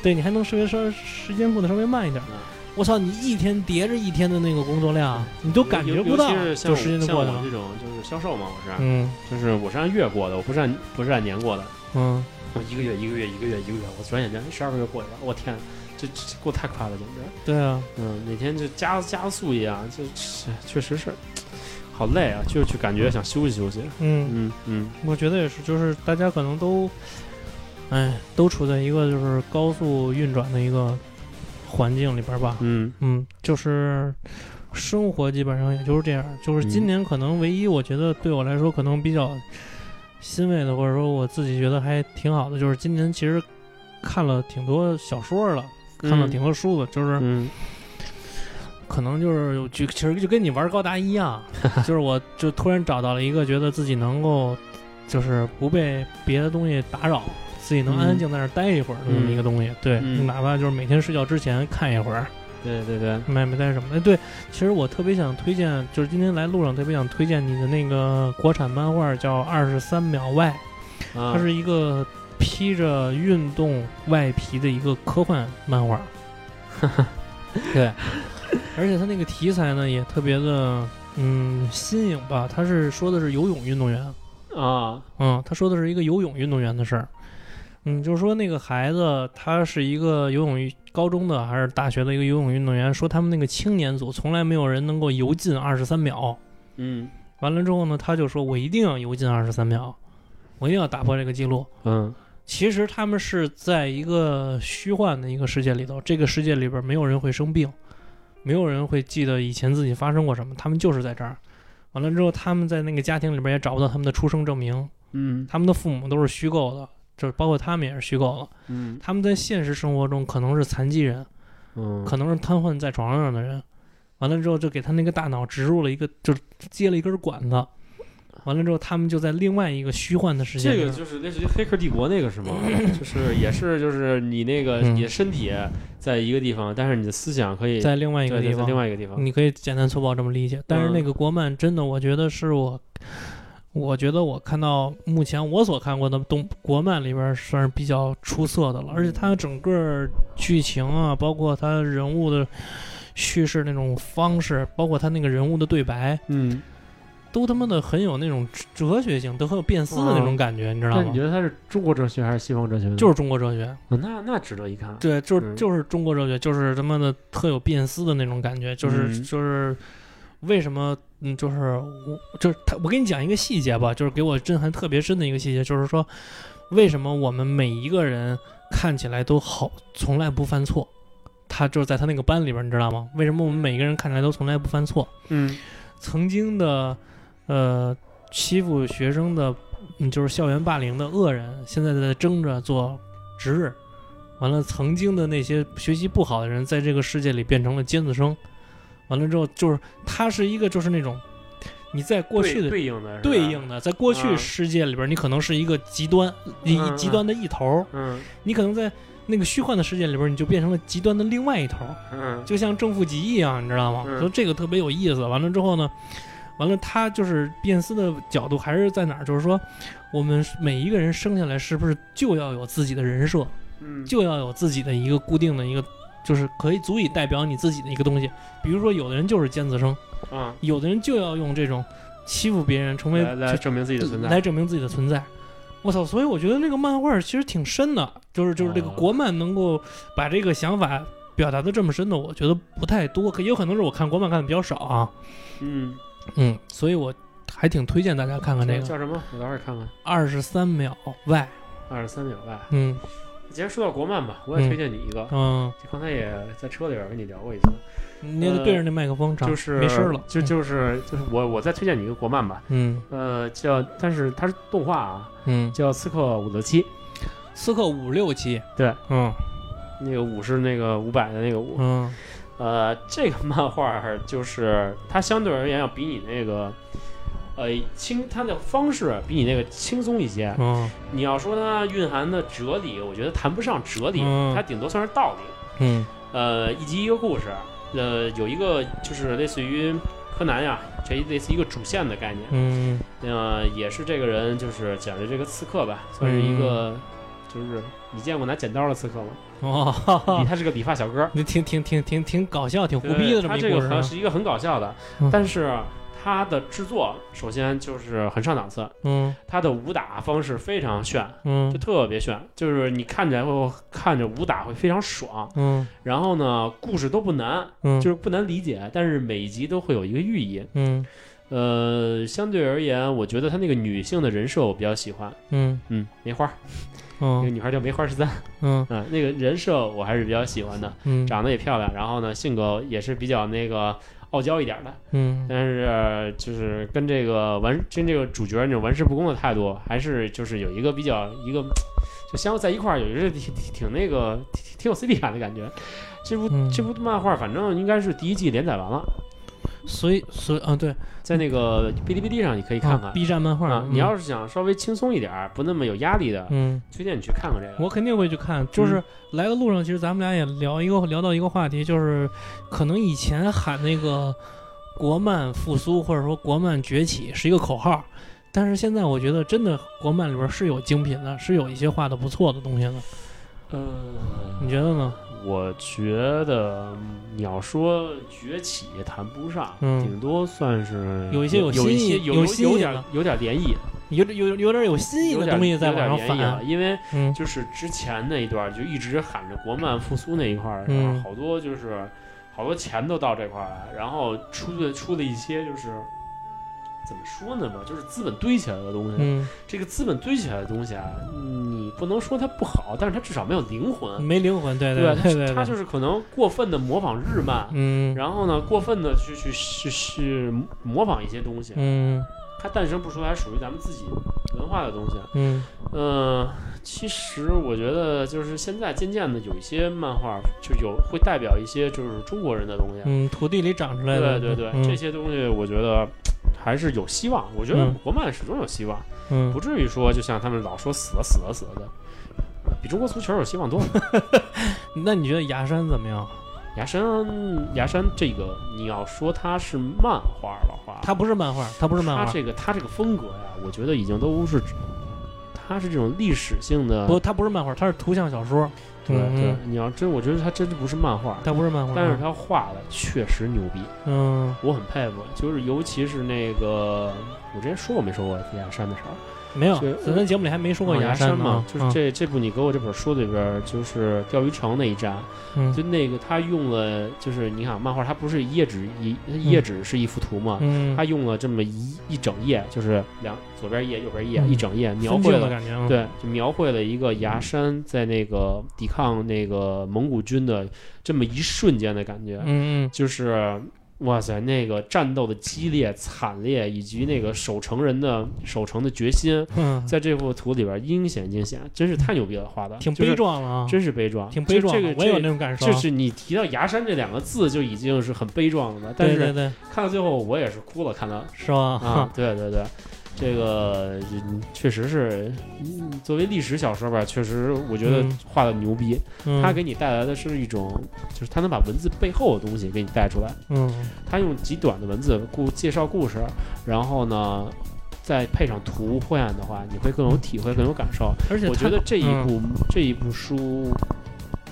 对你还能稍微稍时间过得稍微慢一点嗯。我操，你一天叠着一天的那个工作量，你都感觉嗯尤不到尤其是，像就我时间就像过去我了这。种就是销售嘛，我是，嗯就是我是按月过的，我不是按不是按年过的。嗯，我一个月一个月一个月一个月，我转眼间哎十二个月过去了，我天，这这这过得太快了，简直。对啊，嗯，每天就加加速一样，就确实是好累啊，就是去感觉想休息休息。嗯，嗯嗯，我觉得也是，就是大家可能都，哎，都处在一个就是高速运转的一个环境里边吧。嗯，嗯，就是生活基本上也就是这样。就是今嗯年可能唯一我觉得对我来说可能比较欣慰的，或者说我自己觉得还挺好的，就是今年其实看了挺多小说了，看了挺多书了，就是嗯可能就是有就其实就跟你玩高达一 样，就是我就突然找到了一个觉得自己能够就是不被别的东西打扰。自己能安安嗯静在那儿待一会儿的那么一个东西，对，嗯哪怕就是每天睡觉之前看一会儿，对对对，买没带什么的。哎对，其实我特别想推荐，就是今天来路上特别想推荐你的那个国产漫画，叫《二十三秒外》，啊它是一个披着运动外皮的一个科幻漫画。对，而且它那个题材呢也特别的，嗯，新颖吧。它是说的是游泳运动员，啊，嗯，他说的是一个游泳运动员的事儿。嗯，就是说那个孩子他是一个游泳运高中的还是大学的一个游泳运动员，说他们那个青年组从来没有人能够游进二十三秒。嗯完了之后呢，他就说我一定要游进二十三秒，我一定要打破这个记录。嗯其实他们是在一个虚幻的一个世界里头，这个世界里边没有人会生病，没有人会记得以前自己发生过什么，他们就是在这儿。完了之后，他们在那个家庭里边也找不到他们的出生证明，嗯他们的父母都是虚构的，就是包括他们也是虚构的。嗯他们在现实生活中可能是残疾人，嗯，可能是瘫痪在床上的人。完了之后，就给他那个大脑植入了一个，就是接了一根管子。完了之后，他们就在另外一个虚幻的世界这里。个就是类似于《黑客帝国》那个是吗？就是也是就是你那个嗯你的身体在一个地方，但是你的思想可以在另外一个对地在在方，另外一个地方。你可以简单粗暴这么理解。但是那个国漫真的，我觉得是我，我觉得我看到目前我所看过的动国漫里边算是比较出色的了，而且它整个剧情啊，包括它人物的叙事那种方式，包括它那个人物的对白，嗯，都他妈的很有那种哲学性，都很有变思的那种感觉，你知道那吗你觉？得它是中国哲学还是西方哲学呢？就是中国哲学，哦那那值得一看。对，就是、嗯就是中国哲学，就是他妈的特有变思的那种感觉，就是、嗯就是为什么嗯，就是我就是他，我跟你讲一个细节吧，就是给我震撼特别深的一个细节，就是说为什么我们每一个人看起来都好，从来不犯错。他就是在他那个班里边，你知道吗？为什么我们每一个人看起来都从来不犯错？嗯曾经的，呃，欺负学生的，嗯，就是校园霸凌的恶人，现在在争着做值日。完了，曾经的那些学习不好的人，在这个世界里变成了尖子生。完了之后，就是他是一个，就是那种你在过去对的对应的是吧对应的，在过去嗯世界里边，你可能是一个极端，一嗯嗯极端的一头；嗯你可能在那个虚幻的世界里边，你就变成了极端的另外一头。嗯就像正负极一样，你知道吗？嗯就这个特别有意思。完了之后呢，完了他就是变思的角度还是在哪儿？就是说，我们每一个人生下来是不是就要有自己的人设，嗯就要有自己的一个固定的一个，就是可以足以代表你自己的一个东西。比如说，有的人就是尖子生，啊有的人就要用这种欺负别人成为来来就证明自己的存在。来证明自己的存在。我操！所以我觉得这个漫画其实挺深的，就是就是这个哦国漫能够把这个想法表达的这么深的，我觉得不太多，可也有可能是我看国漫看的比较少啊。嗯，嗯，所以我还挺推荐大家看看这个叫什么？我待会儿看看。二十三秒外。二十三秒外。嗯既然说到国漫吧，我也推荐你一个。嗯，就刚才也在车里边跟你聊过一次，你得对着那麦克风唱，呃就是没声了。就就是就是我我再推荐你一个国漫吧，嗯呃，叫但是它是动画啊，嗯，叫《刺客伍德七》，刺客五六期。对，嗯那个五是那个五百的那个五，嗯呃，这个漫画儿就是它相对而言要比你那个呃轻，它的方式比你那个轻松一些。嗯你要说它蕴含的哲理，我觉得谈不上哲理，嗯它顶多算是道理。嗯呃，一集一个故事，呃，有一个就是类似于柯南呀，这类似一个主线的概念。嗯呃，也是这个人就是讲的这个刺客吧，嗯算是一个，就是你见过拿剪刀的刺客吗？哦， 哈哈理他是个理发小哥，你挺挺挺挺挺搞笑，挺胡对逼的这他么一这个故事啊很，是一个很搞笑的嗯，但是他的制作首先就是很上档次，嗯他的武打方式非常炫，就嗯特别炫，就是你看起来会看着武打会非常爽。嗯然后呢，故事都不难，嗯，就是不难理解，但是每一集都会有一个寓意。嗯呃，相对而言，我觉得他那个女性的人设我比较喜欢，嗯嗯，梅花，那个嗯女孩叫梅花十三，嗯嗯，那个人设我还是比较喜欢的，嗯长得也漂亮，然后呢，性格也是比较那个傲娇一点的，嗯但是就是跟这个玩跟这个主角那种玩世不恭的态度，还是就是有一个比较一个就相互在一块儿，有一个挺挺挺那个挺挺有 CP 感的感觉。这部、嗯这部漫画反正应该是第一季连载完了，所以所以啊对，在那个哔哩哔哩上你可以你看看。啊 B 站漫画啊，嗯你要是想稍微轻松一点儿，不那么有压力的，嗯。推荐你去看看这个。我肯定会去看。嗯就是来的路上，其实咱们俩也聊一个聊到一个话题，就是可能以前喊那个国漫复苏或者说国漫崛起是一个口号，但是现在我觉得真的国漫里边是有精品的，是有一些画的不错的东西的。嗯，你觉得呢？我觉得嗯你要说崛起也谈不上，嗯顶多算是有一些有有一新些意有有有新意有的点有点涟漪，有点有有点有新意有的点东西在有点往上涟漪了反，因为嗯就是之前那一段就一直喊着国漫复苏那一块儿，嗯然后好多就是好多钱都到这块儿来，然后出的出的一些就是怎么说呢嘛，就是资本堆起来的东西。嗯，这个资本堆起来的东西啊，你不能说它不好，但是它至少没有灵魂。嗯没灵魂，对对吧对对，他就是可能过分的模仿日漫，嗯然后呢，过分的去去去去模仿一些东西，嗯它诞生不出来属于咱们自己文化的东西。啊嗯嗯、其实我觉得就是现在渐渐的有一些漫画就有会代表一些就是中国人的东西，嗯，土地里长出来对的，对对，这嗯些东西我觉得。还是有希望，我觉得嗯国漫始终有希望，嗯不，至于说就像他们老说死了死了死了的，比中国足球有希望多了。那你觉得牙山怎么样？牙山，牙山这个你要说它是漫画的话，它不是漫画，它不是漫画它，这个它这个风格呀，我觉得已经都是，它是这种历史性的，不，它不是漫画，它是图像小说。对嗯对嗯，你要真，我觉得它真的不是漫画，它不是漫画，啊但是它画的确实牛逼，嗯，我很佩服，就是尤其是那个。我之前说过没说过牙山的事儿？没有是，咱咱节目里还没说过哦牙牙山呢嘛啊，就是这这部你给我这本书里边儿，就是钓鱼城那一站，嗯就那个他用了，就是你看漫画，它不是一页纸一一页纸是一幅图嘛，嗯，他用了这么一一整页，就是两左边一页，右边一页，嗯一整页描分绘镜的了，感觉啊，对，就描绘了一个牙山在那个抵抗那个蒙古军的这么一瞬间的感觉，嗯嗯就是哇塞，那个战斗的激烈惨烈，以及那个守城人的守城的决心，嗯，在这幅图里边阴险尽显，真是太牛逼了，画的挺就是悲壮了啊，真是悲壮，挺悲壮这的，这个我也有这那种感受就啊。是你提到牙山这两个字就已经是很悲壮了，但对是对对，看到最后我也是哭了，看到是吧？啊哈，对对对，这个嗯确实是嗯作为历史小说吧，确实我觉得嗯画的牛逼。嗯它给你带来的是一种，就是它能把文字背后的东西给你带出来。嗯它用极短的文字故介绍故事，然后呢，再配上图渲染的话，你会更有体会，更有感受。而且我觉它得这一部、这一部书，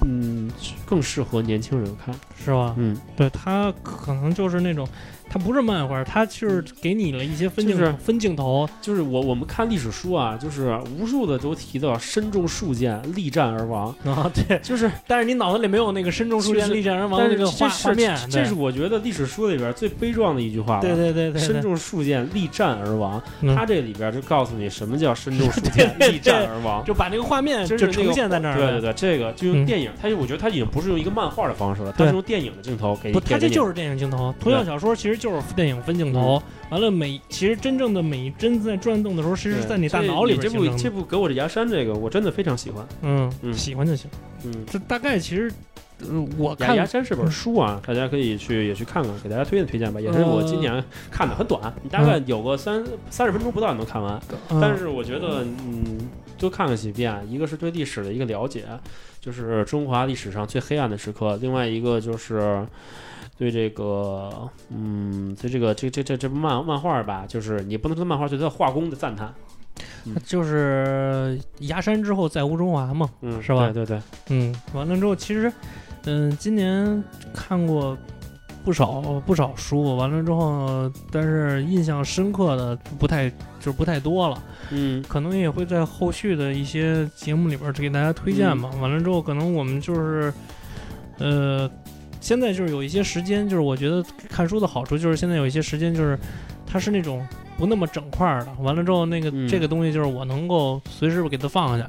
嗯，更适合年轻人看。是吧？嗯，对，它可能就是那种，它不是漫画，它就是给你了一些分就镜是头分镜头，就是我我们看历史书啊，就是无数的都提到身中数箭，力战而亡。 啊，对，就是，但是你脑子里没有那个身中数就箭是力战而亡但那是个画这是画面，这对是我觉得历史书里边最悲壮的一句话了。对对对对，身对中数箭，力战而亡。嗯，他这里边就告诉你什么叫身中数箭 对对对力战而亡。就把那个画面就就是那个呈现在那儿对了，对对，这个嗯就用电影，他我觉得他已经不是用一个漫画的方式了，对他是用电影的镜头给不，它给这你就是电影镜头，图像小说其实就是电影分镜头。完了每，其实真正的每一帧在转动的时候，其对实是在你大脑里这边这形部成这的。部给我这牙山这个，我真的非常喜欢。嗯，嗯喜欢就行。嗯，这大概其实呃我雅看雅山是本书啊，大家可以去也去看看，给大家推荐推荐吧。也是我今年看的，很短，你大概有个三三十分钟不到你能看完。嗯但是我觉得，嗯，多看看几遍，一个是对历史的一个了解，就是中华历史上最黑暗的时刻；另外一个就是对这个，嗯，对这个这这这这漫漫画吧，就是你不能说漫画，对它的画工的赞叹，嗯就是崖山之后再无中华嘛，嗯，是吧对对对，嗯，完了之后，其实，嗯、今年看过不少不少书，完了之后，但是印象深刻的不太就是不太多了，嗯可能也会在后续的一些节目里边儿给大家推荐嘛。完了之后，可能我们就是，呃，现在就是有一些时间，就是我觉得看书的好处就是现在有一些时间就是它是那种不那么整块儿的。完了之后，那个、嗯这个东西就是我能够随时给它放下。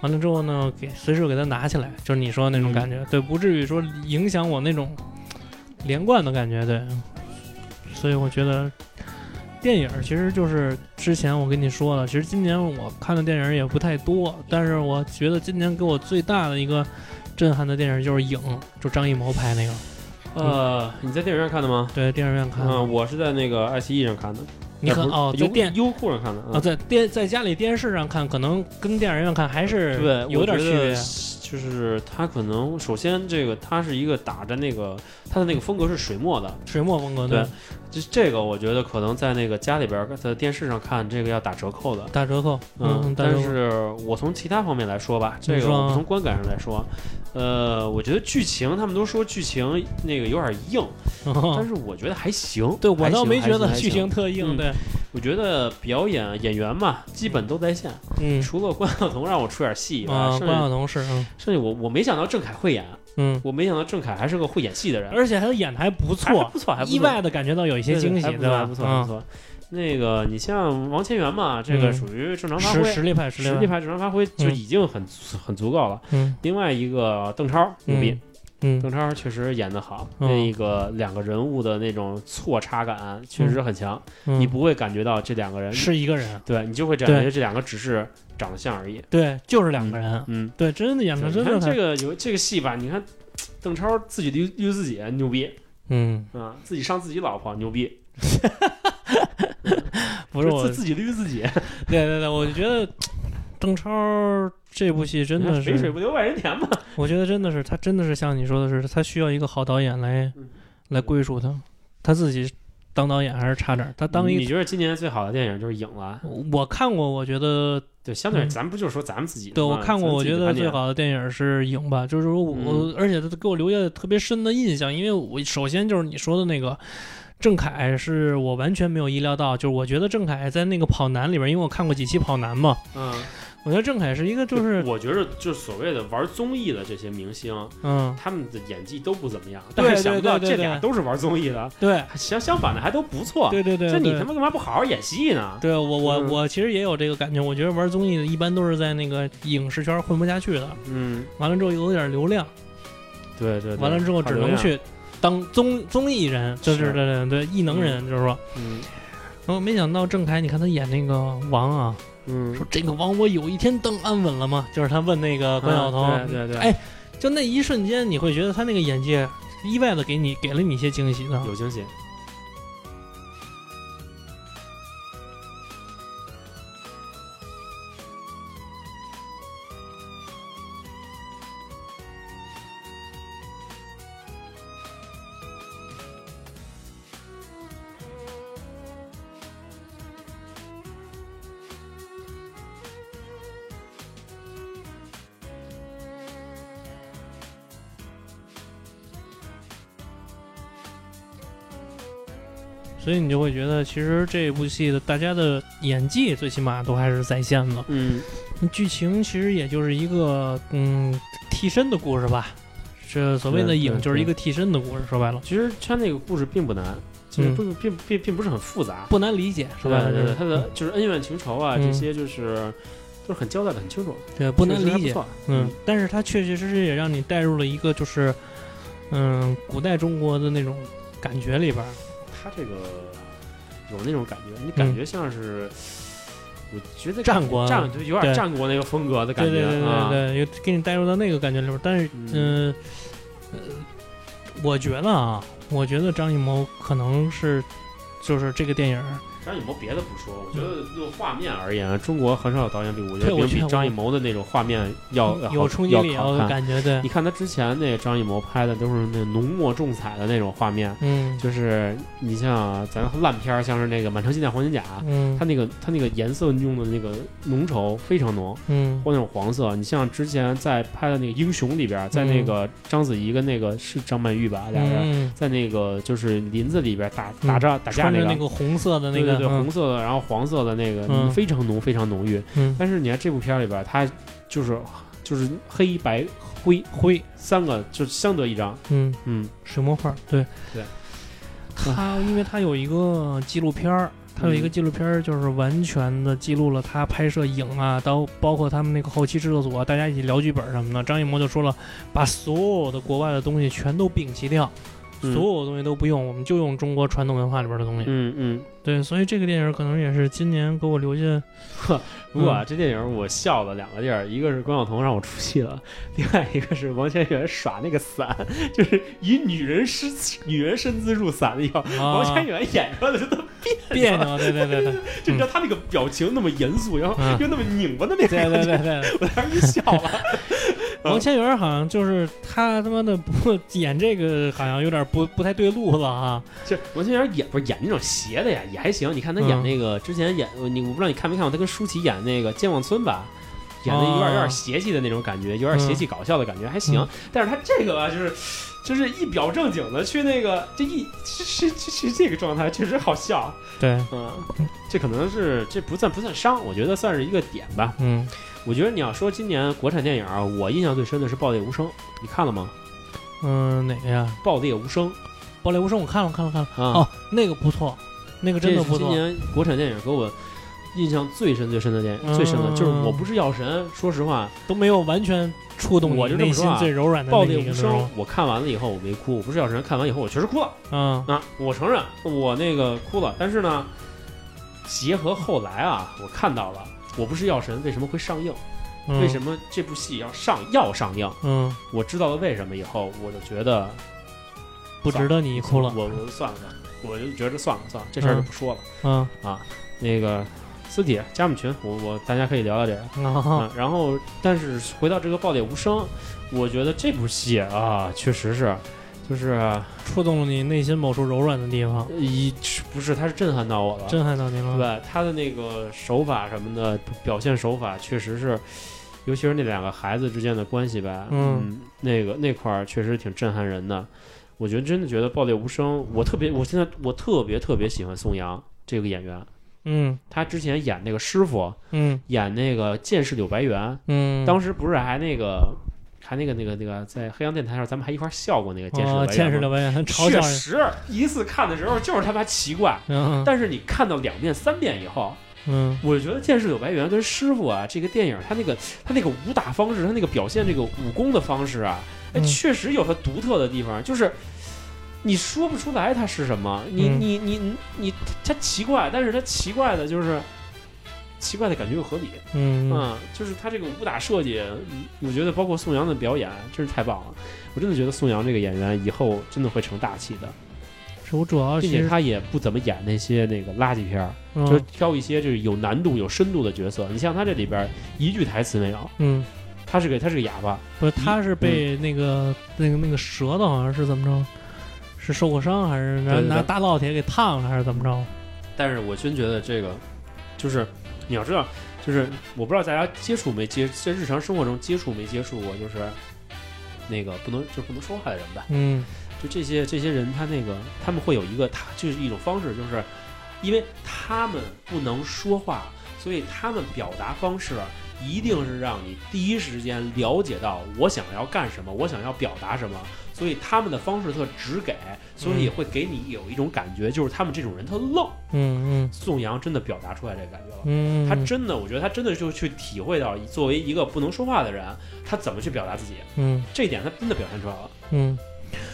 完了之后呢，给随时给它拿起来，就是你说的那种感觉，对，不至于说影响我那种连贯的感觉，对。所以我觉得电影儿其实就是之前我跟你说了，其实今年我看的电影儿也不太多，但是我觉得今年给我最大的一个震撼的电影儿就是《影》，就张艺谋拍那个，嗯呃，你在电影院看的吗？对，电影院看的。嗯，我是在那个爱奇艺上看的，你看呃不是哦，在优电优酷上看的，嗯啊，在电在家里电视上看，可能跟电影院看还是对，有我点觉区得别。啊就是它可能首先这个它是一个打着那个它的那个风格是水墨的，水墨风格对这这个我觉得可能在那个家里边儿在电视上看这个要打折扣的。打折扣，嗯，打折扣但是我从其他方面来说吧，这你个说啊我从观感上来说，呃，我觉得剧情他们都说剧情那个有点硬，但是我觉得还行。嗯对我还倒行没还觉行得还剧情行特硬，嗯对，我觉得表演演员嘛，基本都在线，嗯除了关晓彤让我出点戏以外，啊，剩关晓下彤是，嗯剩下我我没想到郑恺会演。嗯，我没想到郑恺还是个会演戏的人，而且他演的还不还错还，不错，还不错意外的感觉到有一些惊喜，对对吧？还不错，还不错还不错。那个，你像王千源嘛，这个嗯属于正常嗯，发实挥，实力派，实实力嗯力派，派正常发挥就已经很足很足够了。嗯另外一个邓超牛逼嗯，嗯邓超确实演得好，嗯那个两个人物的那种错插感确实很强，嗯，你不嗯会感觉到这两个人，是一个人，对你就会感觉这两个只是长得像而已。对，就是两个人，嗯，对，真的演的你真的看这很，个有这个戏吧，你看邓超自己溜溜自己牛逼，嗯，啊，自己上自己老婆牛逼，不是我，自自己捋自己， 对对对，我就觉得邓超这部戏真的肥水是，不流外人田嘛。我觉得真的是他真的是像你说的是，他需要一个好导演来嗯来归属他，他自己当导演还是差点儿，他当你一。觉得今年最好的电影就是《影》了？我看过，我觉得对，相对嗯咱们不就是说咱们自己对的嘛我看过，我觉得最。好的电影是《影》吧，就是说我，嗯而且他给我留下特别深的印象，因为我首先就是你说的那个郑恺，是我完全没有意料到，就是我觉得郑恺在那个跑男里边，因为我看过几期跑男嘛，咱们自己的观点嗯，我觉得郑恺是一个 就是我觉得就是所谓的玩综艺的这些明星，嗯，他们的演技都不怎么样，对但是想不到对对这对俩对都是玩综艺的，对相相反的还都不错。对对对，这你对他妈干嘛不好好演戏呢？对我我嗯我其实也有这个感觉，我觉得玩综艺的一般都是在那个影视圈混不下去的，嗯，完了之后有点流量，对对。对完了之后只能，去当综综艺人，就是是对对对艺能人，就是说。嗯然后没想到郑恺，你看他演那个王啊，嗯说，这个王我有一天当安稳了吗？就是他问那个关晓彤，啊对对对，哎就那一瞬间，你会觉得他那个演技意外的给你给了你一些惊喜的。有惊喜。所以你就会觉得，其实这部戏的大家的演技最起码都还是在线的。嗯，剧情其实也就是一个嗯替身的故事吧，这所谓的对影对就是一个替身的故事，说白了其实他那个故事并不难，其实嗯并并并并不是很复杂。不难理解，说对白了对就对，是他的就是恩怨情仇啊，嗯这些就是都是很交代的很清楚，对不难确实还理解错。嗯，但是它确确实实也让你带入了一个就是，嗯，古代中国的那种感觉里边儿。他这个有那种感觉，你感觉像是，我觉得嗯战国战就有对点战国那个风格的感对觉对对对啊。对，有给你带入到那个感觉里边儿。但是，嗯嗯、我觉得啊，我觉得张艺谋可能是就是这个电影儿，张艺谋别的不说，我觉得就画面而言，啊中国很少有导演比我觉对得我比觉得张艺谋的那种画面要有好冲击力，要有好看。感觉，对，你看他之前那张艺谋拍的都是那浓墨重彩的那种画面，嗯就是你像咱烂片儿，像是那个《满城尽带黄金甲》，啊嗯它那个它那个颜色用的那个浓稠非常浓，嗯或那种黄色。你像之前在拍的那个《英雄》里边儿，在那个章子怡跟那个是张曼玉吧，俩人嗯嗯，在那个就是林子里边儿打嗯打仗打架穿着个那。个红色的那对个，对对，嗯红色的，然后黄色的那个嗯非常浓，非常浓郁。嗯但是你看这部片儿里边儿，它就是就是黑白灰灰，三个就相得益彰。嗯，嗯，水墨画，对对。嗯他因为他有一个纪录片儿，他有一个纪录片儿，就是完全的记录了他拍摄影啊，到包括他们那个后期制作组啊，大家一起聊剧本什么的。张艺谋就说了，把所有的国外的东西全都摒弃掉，嗯所有东西都不用，我们就用中国传统文化里边的东西。嗯嗯，对，所以这个电影可能也是今年给我留下，不嗯过啊，这电影我笑的两个地儿，一个是关晓彤让我出戏了， 另外一个是王千源耍那个伞， 就是以女人身女人身姿入伞的以后，啊 王千源演出来的就都，别扭，对对对对， 就你知道他那个表情那么严肃，然后嗯又那么拧巴的那个对感觉，对对对。我当时就笑了。王千源好像就是他他妈的不演这个好像有点不不太对路子啊。就是王千源演不是演那种邪的呀，也还行。你看他演嗯那个、之前演你我不知道你看没看过，他跟舒淇演那个《健忘村》啊吧。演的有点、哦有点邪气的那种感觉，有点邪气搞笑的感觉，还行。嗯但是他这个吧，就是就是一表正经的去那个，这一是是是是这个状态，确实好笑。对，嗯，这可能是这不算不算伤，我觉得算是一个点吧。嗯，我觉得你要说今年国产电影啊，我印象最深的是《爆裂无声》，你看了吗？嗯、哪个呀？ 《爆裂无声》 《爆裂无声》我看了看了看了，啊，哦，那个不错，那个真的这是不今错。年国产电影给我印象最深、最深的电影，嗯最深的就是《我不是药神》。说实话，都没有完全触动我你就这内么心说啊最柔软《的爆那裂一无个声时候。》我看完了以后我没哭，《我不是药神》看完以后我确实哭了嗯啊，我承认我那个哭了。但是呢，结合后来啊，我看到了《我不是药神》为什么会上映，嗯，为什么这部戏要上要上映，嗯我知道了为什么以后，我就觉得不值得你哭了？我我算了吧，我就觉得算了算了，这事儿就不说了。嗯那个私底下加我们群，我我大家可以聊聊这个。啊嗯，然后但是回到这个《爆裂无声》，我觉得这部戏啊，确实是，就是呃触动了你内心某处柔软的地方，一不是，它是震撼到我了，震撼到你了。对吧？他的那个手法什么的，表现手法确实是，尤其是那两个孩子之间的关系吧，嗯那个那块儿确实挺震撼人的。我觉得真的觉得《爆裂无声》，我特别，我现在我特别特别喜欢宋阳这个演员，嗯他之前演那个师傅，嗯演那个剑士柳白猿，嗯，当时不是还那个，还那个那个那个，在黑羊电台上，咱们还一块儿笑过那个《剑士的哦白见猿识了吗》吧？很嘲笑确人。实，一次看的时候就是他妈奇怪，嗯但是你看到两遍、三遍以后，嗯我觉得《剑士柳白猿》跟《师傅》啊，这个电影他那个他那个武打方式，他那个表现这个武功的方式啊，哎，嗯确实有它独特的地方，就是。你说不出来它是什么，你嗯你你你你，它奇怪，但是它奇怪的就是奇怪的感觉又合理，嗯嗯嗯，就是他这个武打设计，嗯我觉得包括宋阳的表演，真是太棒了。我真的觉得宋阳这个演员以后真的会成大器的，是我主要并啊其且实他也不怎么演那些那个垃圾片儿，就是嗯挑一些就是有难度、有深度的角色。你像他这里边儿一句台词没有，嗯，他是个他是个哑巴，不是他是被嗯那个那个那个舌头好像是怎么着？是受过伤还是拿对对对拿大烙铁给烫了还是怎么着？但是我真觉得这个就是你要知道，就是我不知道大家接触没接，在日常生活中接触没接触过，就是那个不能就不能说话的人吧。嗯就这些这些人，他那个他们会有一个，他就是一种方式，就是因为他们不能说话，所以他们表达方式一定是让你第一时间了解到我想要干什么，我想要表达什么，所以他们的方式特直给，所以也会给你有一种感觉，就是他们这种人特愣。嗯嗯宋阳真的表达出来这个感觉了。嗯，他真的，我觉得他真的就去体会到，作为一个不能说话的人，他怎么去表达自己，嗯这一点他真的表现出来了。嗯，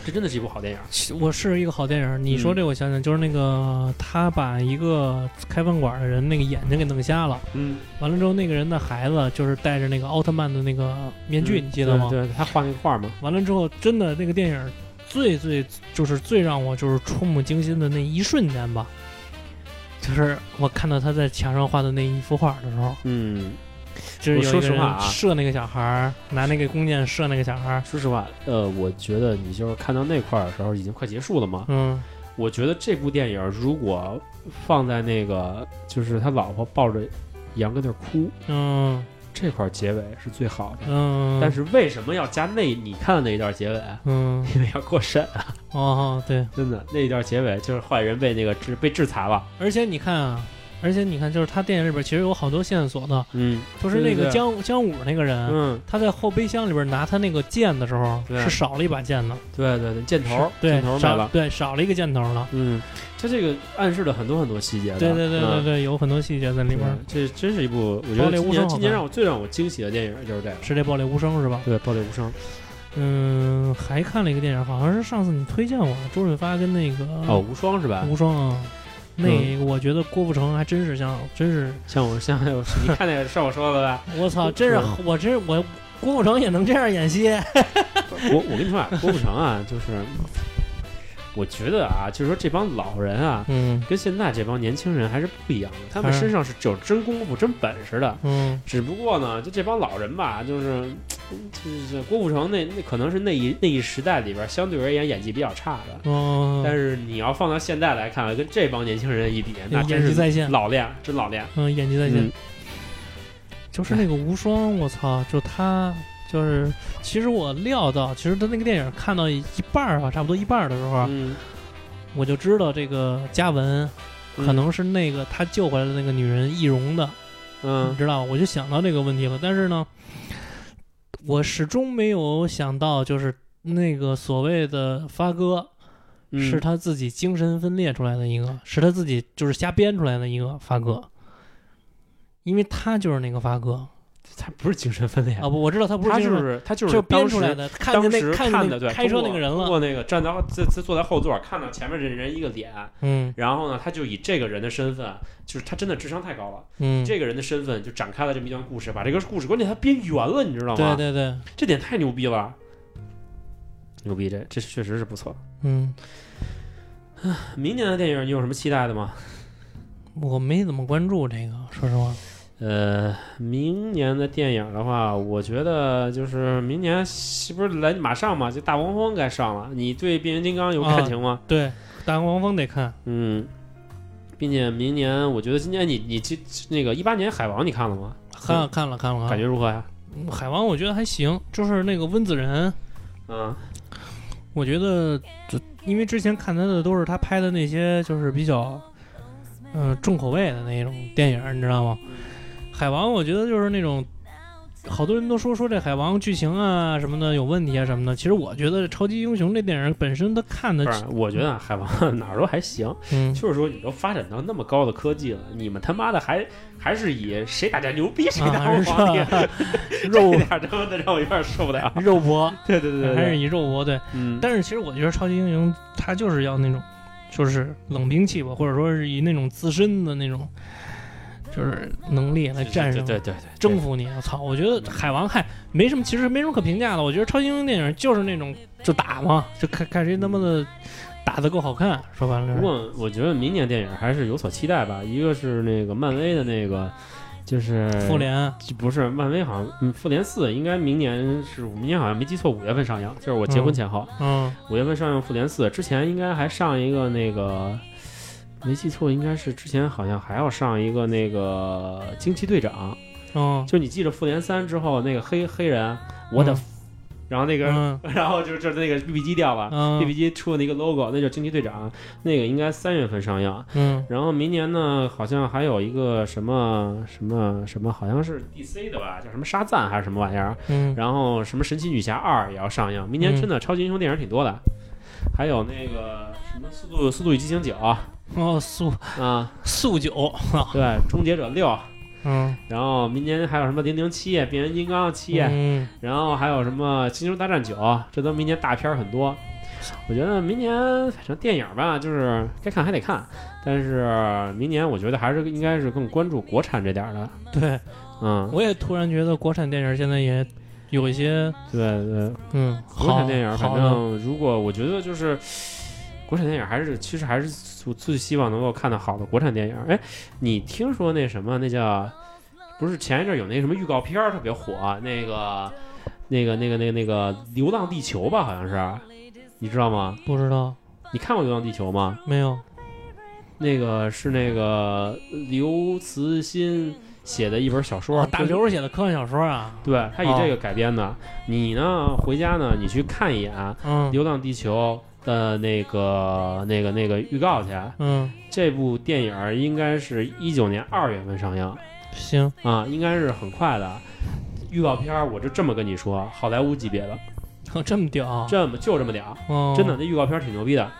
这真的是一部好电影。其我是一个好电影。你说嗯这我想想，就是那个他把一个开饭馆的人那个眼睛给弄瞎了，嗯，完了之后那个人的孩子就是戴着那嗯个奥特曼的那个面具，你记得吗？对，对他画那个画吗？完了之后，真的那个电影最最就是最让我就是触目惊心的那一瞬间吧，就是我看到他在墙上画的那一幅画的时候，嗯，就是有我说一实个话啊人射那个小孩儿，拿那个弓箭射那个小孩儿，说实话，呃，我觉得你就是看到那块儿的时候已经快结束了嘛。嗯我觉得这部电影如果放在那个就是他老婆抱着羊跟那儿哭嗯这块儿结尾是最好的。嗯，但是为什么要加那你看的那一段结尾？啊嗯 因为要过审，啊哦哦对，真的那一段结尾就是坏人被那个制被制裁了。而且你看啊，而且你看就是他电影里边其实有好多线索的，嗯就是对那对个对江江武那个人。嗯，他在后备箱里边拿他那个剑的时候，对是少了一把剑的，对对对，箭头是对箭头没少了。对少了一个箭头了。嗯，它这个暗示了很多很多细节的。对对对对嗯对，有很多细节在里边儿。对这真是一部我觉暴得力今无年声今年让我最让我惊喜的电影就是这个。是这《暴力无声》是吧？对，暴力无声。嗯，还看了一个电影，好像是上次你推荐我的周润发跟那个哦，嗯无双是吧？无双啊，那个我觉得郭富城还真是像，真是像我像我， 你看那个是我说的 吧？我操，真是我真是我郭富城也能这样演戏，我我跟你说啊，郭富城啊，就是我觉得啊，就是说这帮老人啊，嗯跟现在这帮年轻人还是不一样的，他们嗯身上是有真功夫、真本事的。嗯只不过呢，就这帮老人吧，就是就是郭富城那那可能是那一那一时代里边相对而言演技比较差的。哦，但是你要放到现在来看，跟这帮年轻人一比，那真嗯演技在是线老练，真老练。嗯演技在线。嗯就是那个无双，我操！就他就是，其实我料到，其实他那个电影看到一一半儿吧，啊差不多一半儿的时候，嗯，我就知道这个嘉文嗯可能是那个他救回来的那个女人易容的，你嗯知道吧？我就想到这个问题了。但是呢，我始终没有想到，就是那个所谓的发哥嗯是他自己精神分裂出来的一个，是他自己就是瞎编出来的一个发哥，因为他就是那个发哥。他不是精神分裂啊，不，我知道他不是哎他精就神，是他就就是编当出来时的，看当见时那看看见的对那开车通那过个人通了，过那个站到坐坐在后座看到前面这人一个脸，嗯然后呢，他就以这个人的身份，就是他真的智商太高了，嗯，这个人的身份就展开了这么一段故事，把这个故事关键他编圆了，你知道吗？对对对，这点太牛逼了，牛逼这这确实是不错。嗯，明年的电影你有什么期待的吗？我没怎么关注这个，说实话，呃，明年的电影的话，我觉得就是明年是不是来马上嘛？就大黄蜂该上了，你对变形金刚有感情吗？对，大黄蜂得看，嗯，并且明年我觉得今年你你这那个一八年海王你看了吗？看了看了看了，感觉如何呀？嗯海王我觉得还行，就是那个温子仁，啊嗯我觉得就因为之前看他的都是他拍的那些就是比较嗯、呃重口味的那种电影，你知道吗？海王我觉得就是那种。好多人都说说这海王剧情啊什么的有问题啊什么的，其实我觉得超级英雄这电影本身它看的不，是，我觉得啊海王哪儿都还行，嗯，就是说你都发展到那么高的科技了，你们他妈的还还是以谁打架牛逼谁啊当还是皇帝， 这 肉点儿真的让我有点受不了。肉搏，对对对对，还是以肉搏对。嗯，但是其实我觉得超级英雄他就是要那种，就是冷兵器吧，或者说是以那种自身的那种，就是能力来战胜、对对对，征服你。我操，我觉得海王嗨没什么，其实没什么可评价的。我觉得超级英雄电影就是那种就打嘛，就看看谁他妈的打得够好看。说白了就是，不过我觉得明年电影还是有所期待吧。一个是那个漫威的那个，就是复，联不是漫威，好像嗯，复联四应该明年是明年好像没记错，五月份上映，就是我结婚前后，嗯五、月份上映复联四之前应该还上一个那个。没记错，应该是之前好像还要上一个那个惊奇队长，嗯就你记着复联三之后那个黑黑人，我的嗯，然后那个、嗯 然后就就是那个 BB 机掉了、嗯 b b 机出了那个 logo，那就是惊奇队长，那个应该三月份上映，嗯然后明年呢，好像还有一个什么什么什么，好像是 DC 的吧，叫什么沙赞还是什么玩意儿。啊嗯然后什么神奇女侠二也要上映，明年嗯真的超级英雄电影挺多的，还有那个什么速度速度与激情九啊，哦速啊速九啊对，终结者六，嗯然后明年还有什么零零七、变形金刚七，嗯然后还有什么星球大战九，这都明年大片儿很多。我觉得明年反正电影吧，就是该看还得看，但是明年我觉得还是应该是更关注国产这点儿的。对。嗯，我也突然觉得国产电影现在也有一些对对，嗯国好产电影，反好的正如果我觉得就是国产电影还是其实还是我最希望能够看到好的国产电影。哎，你听说那什么那叫不是前一阵有那什么预告片儿特别火，那个那个那个那个那个《流浪地球》吧，好像是，你知道吗？不知道你看过《流浪地球》吗？没有那个是那个刘慈欣写的一本小说，哇，哦大刘写的科幻小说啊，对他以这个改编的。你呢，回家呢，你去看一眼啊《嗯流浪地球》的那个、那个、那个预告去。嗯，这部电影应该是一九年二月份上映行，啊，应该是很快的。预告片儿我就这么跟你说，好莱坞级别的，哦 这么屌啊，这么就这么点儿，哦真的，那预告片儿挺牛逼的。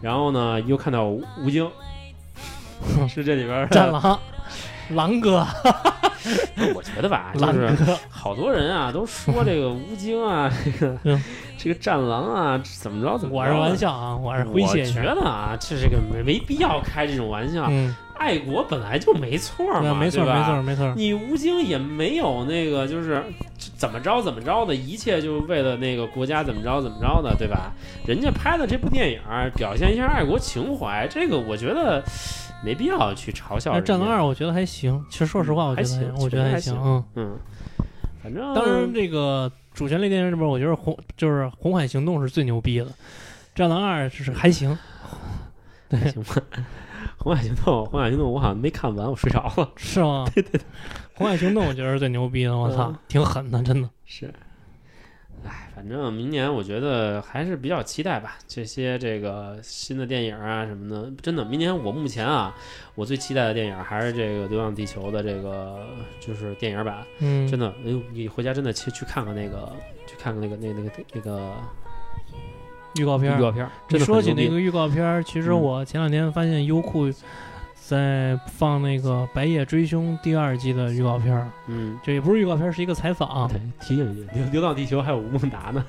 然后呢，又看到吴京， 是这里边儿的战狼， 狼 哥， 我觉得吧，就狼是哥， 好多人啊都说这个吴京啊，这个嗯这个战狼啊，怎么着怎么着。我是玩，笑啊，我是诙谐一我下觉，得啊，这这个没没必要开这种玩笑。嗯，爱国本来就没错对嘛，没错对吧没。错没错，你吴京也没有那个，就是怎么着怎么着的，一切就是为了那个国家怎么着怎么着的，对吧？人家拍的这部电影儿表现一下爱国情怀，这个我觉得没必要去嘲笑那人家。战狼二我觉得还行，其实说实话，我觉得还行我觉得确实还行，行嗯。嗯，反正当然，这个主旋律电影里边，我觉得红就是《红海行动》是最牛逼的，《战狼二》就是还行。对，行吧。红海行动，红海行 动，我好像没看完，我睡着了。是吗？ 对对红海行动》我觉得是最牛逼的，我操嗯，挺狠的，真的。是，哎，反正明年我觉得还是比较期待吧。这些这个新的电影啊什么的，真的，明年我目前啊，我最期待的电影还是这个《流浪地球》的这个就是电影版，嗯，真的。的，哎呦，你回家真的去去看看那个，去看看那个那那个那个预告片预告儿，片儿，你真的说很起牛那逼个预告片儿，其实嗯我前两天发现优酷在放那个《白夜追凶》第二季的预告片儿，嗯。这也不是预告片儿，是一个采访，对提醒一句，流流浪地球》还有吴孟 达呢，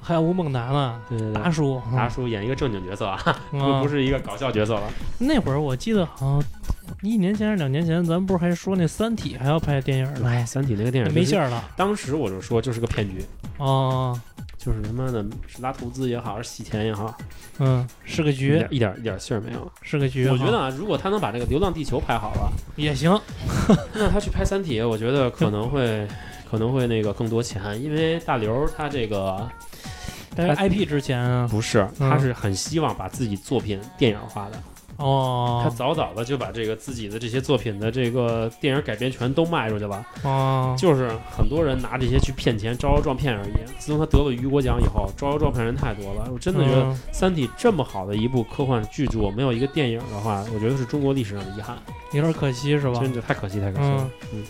还有吴孟达呢，对对对，达叔，嗯啊达叔演一个正经角色啊，嗯 不不是一个搞笑角色了。那会儿我记得好像一年前还是两年前，咱们不是还说那《三体》还要拍电影呢？哎，《三体》那个电影嗯没信儿。儿了当时我就说，就是个骗局，哦，就是他妈的是拉投资也好，是洗钱也好，嗯，是个一局点，一点一点信儿没有。是个局。我觉得啊啊，如果他能把这个《流浪地球》拍好了，也行，那他去拍《三体》，我觉得可能会可能会那个更多钱，因为大刘他这个但是 IP 之前啊，不是，嗯他是很希望把自己作品电影化的，他哦早早的就把这个自己的这些作品的这个电影改编权都卖出去了。哦，就是很多人拿这些去骗钱，招摇撞骗而已。自从他得了雨果奖以后，招摇撞骗人太多了。我真的觉得《嗯三体》这么好的一部科幻巨著，没有一个电影的话，我觉得是中国历史上的遗憾，有点可惜是吧？真的太可惜，太可惜嗯了。嗯，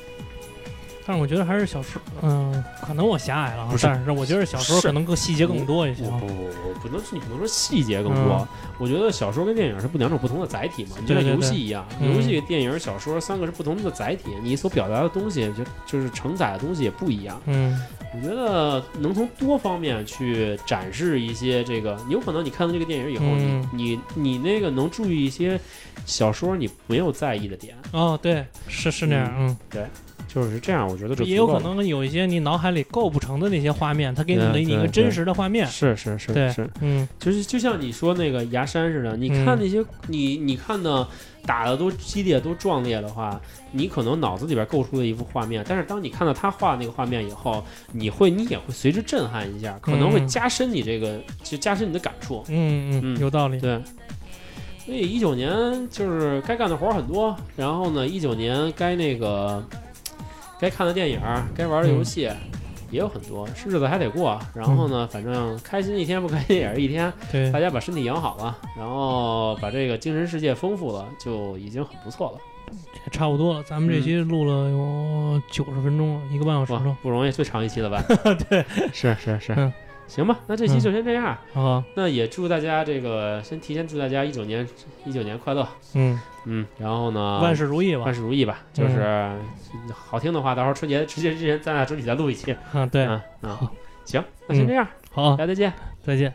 但是我觉得还是小说，嗯，可能我狭隘了啊，不是但是我觉得小说是可能更细节更多一些不啊。不不不，不能你不能说细节更多。我觉得小说跟电影是不两种不同的载体嘛，你就嗯对像对游对戏一样，嗯游戏、电影、小说三个是不同的载体，你所表达的东西就就是承载的东西也不一样。嗯，我觉得能从多方面去展示一些这个，有可能你看了这个电影以后，嗯你你你那个能注意一些小说你没有在意的点，哦，对，是是那样，嗯，就是这样，我觉得这也有可能有一些你脑海里构不成的那些画面，它给你对了一对个对真实的画面，是是是对是，嗯嗯，就是就像你说那个崖山似的，你看那些、你你看的打的都激烈都壮烈的话，你可能脑子里边构出了一幅画面，但是当你看到他画那个画面以后，你会你也会随之震撼一下，可能会嗯加深你这个就加深你的感触。嗯嗯，嗯有道理。对，所以一九年就是该干的活儿很多，然后呢，一九年该那个该看的电影儿，该玩的游戏。也有很多，日子还得过。啊然后呢，反正开心一天不开心也是一天。对大，家把身体养好了，然后把这个精神世界丰富了，就已经很不错了。也差不多了。咱们嗯这期录了有九十分钟了，一个半小时哇了。，不容易，最长一期了吧？ 对，是是是嗯行吧，那这期就先这样。好，那也祝大家这个先提前祝大家一九年一九年快乐，嗯，嗯，然后呢，万事如意吧嗯万。事如意吧。就是好听的话，到时候春节春节之前咱俩争取再录一期。啊，对， 嗯啊，啊，行，那先这样，好大，家再见。再见。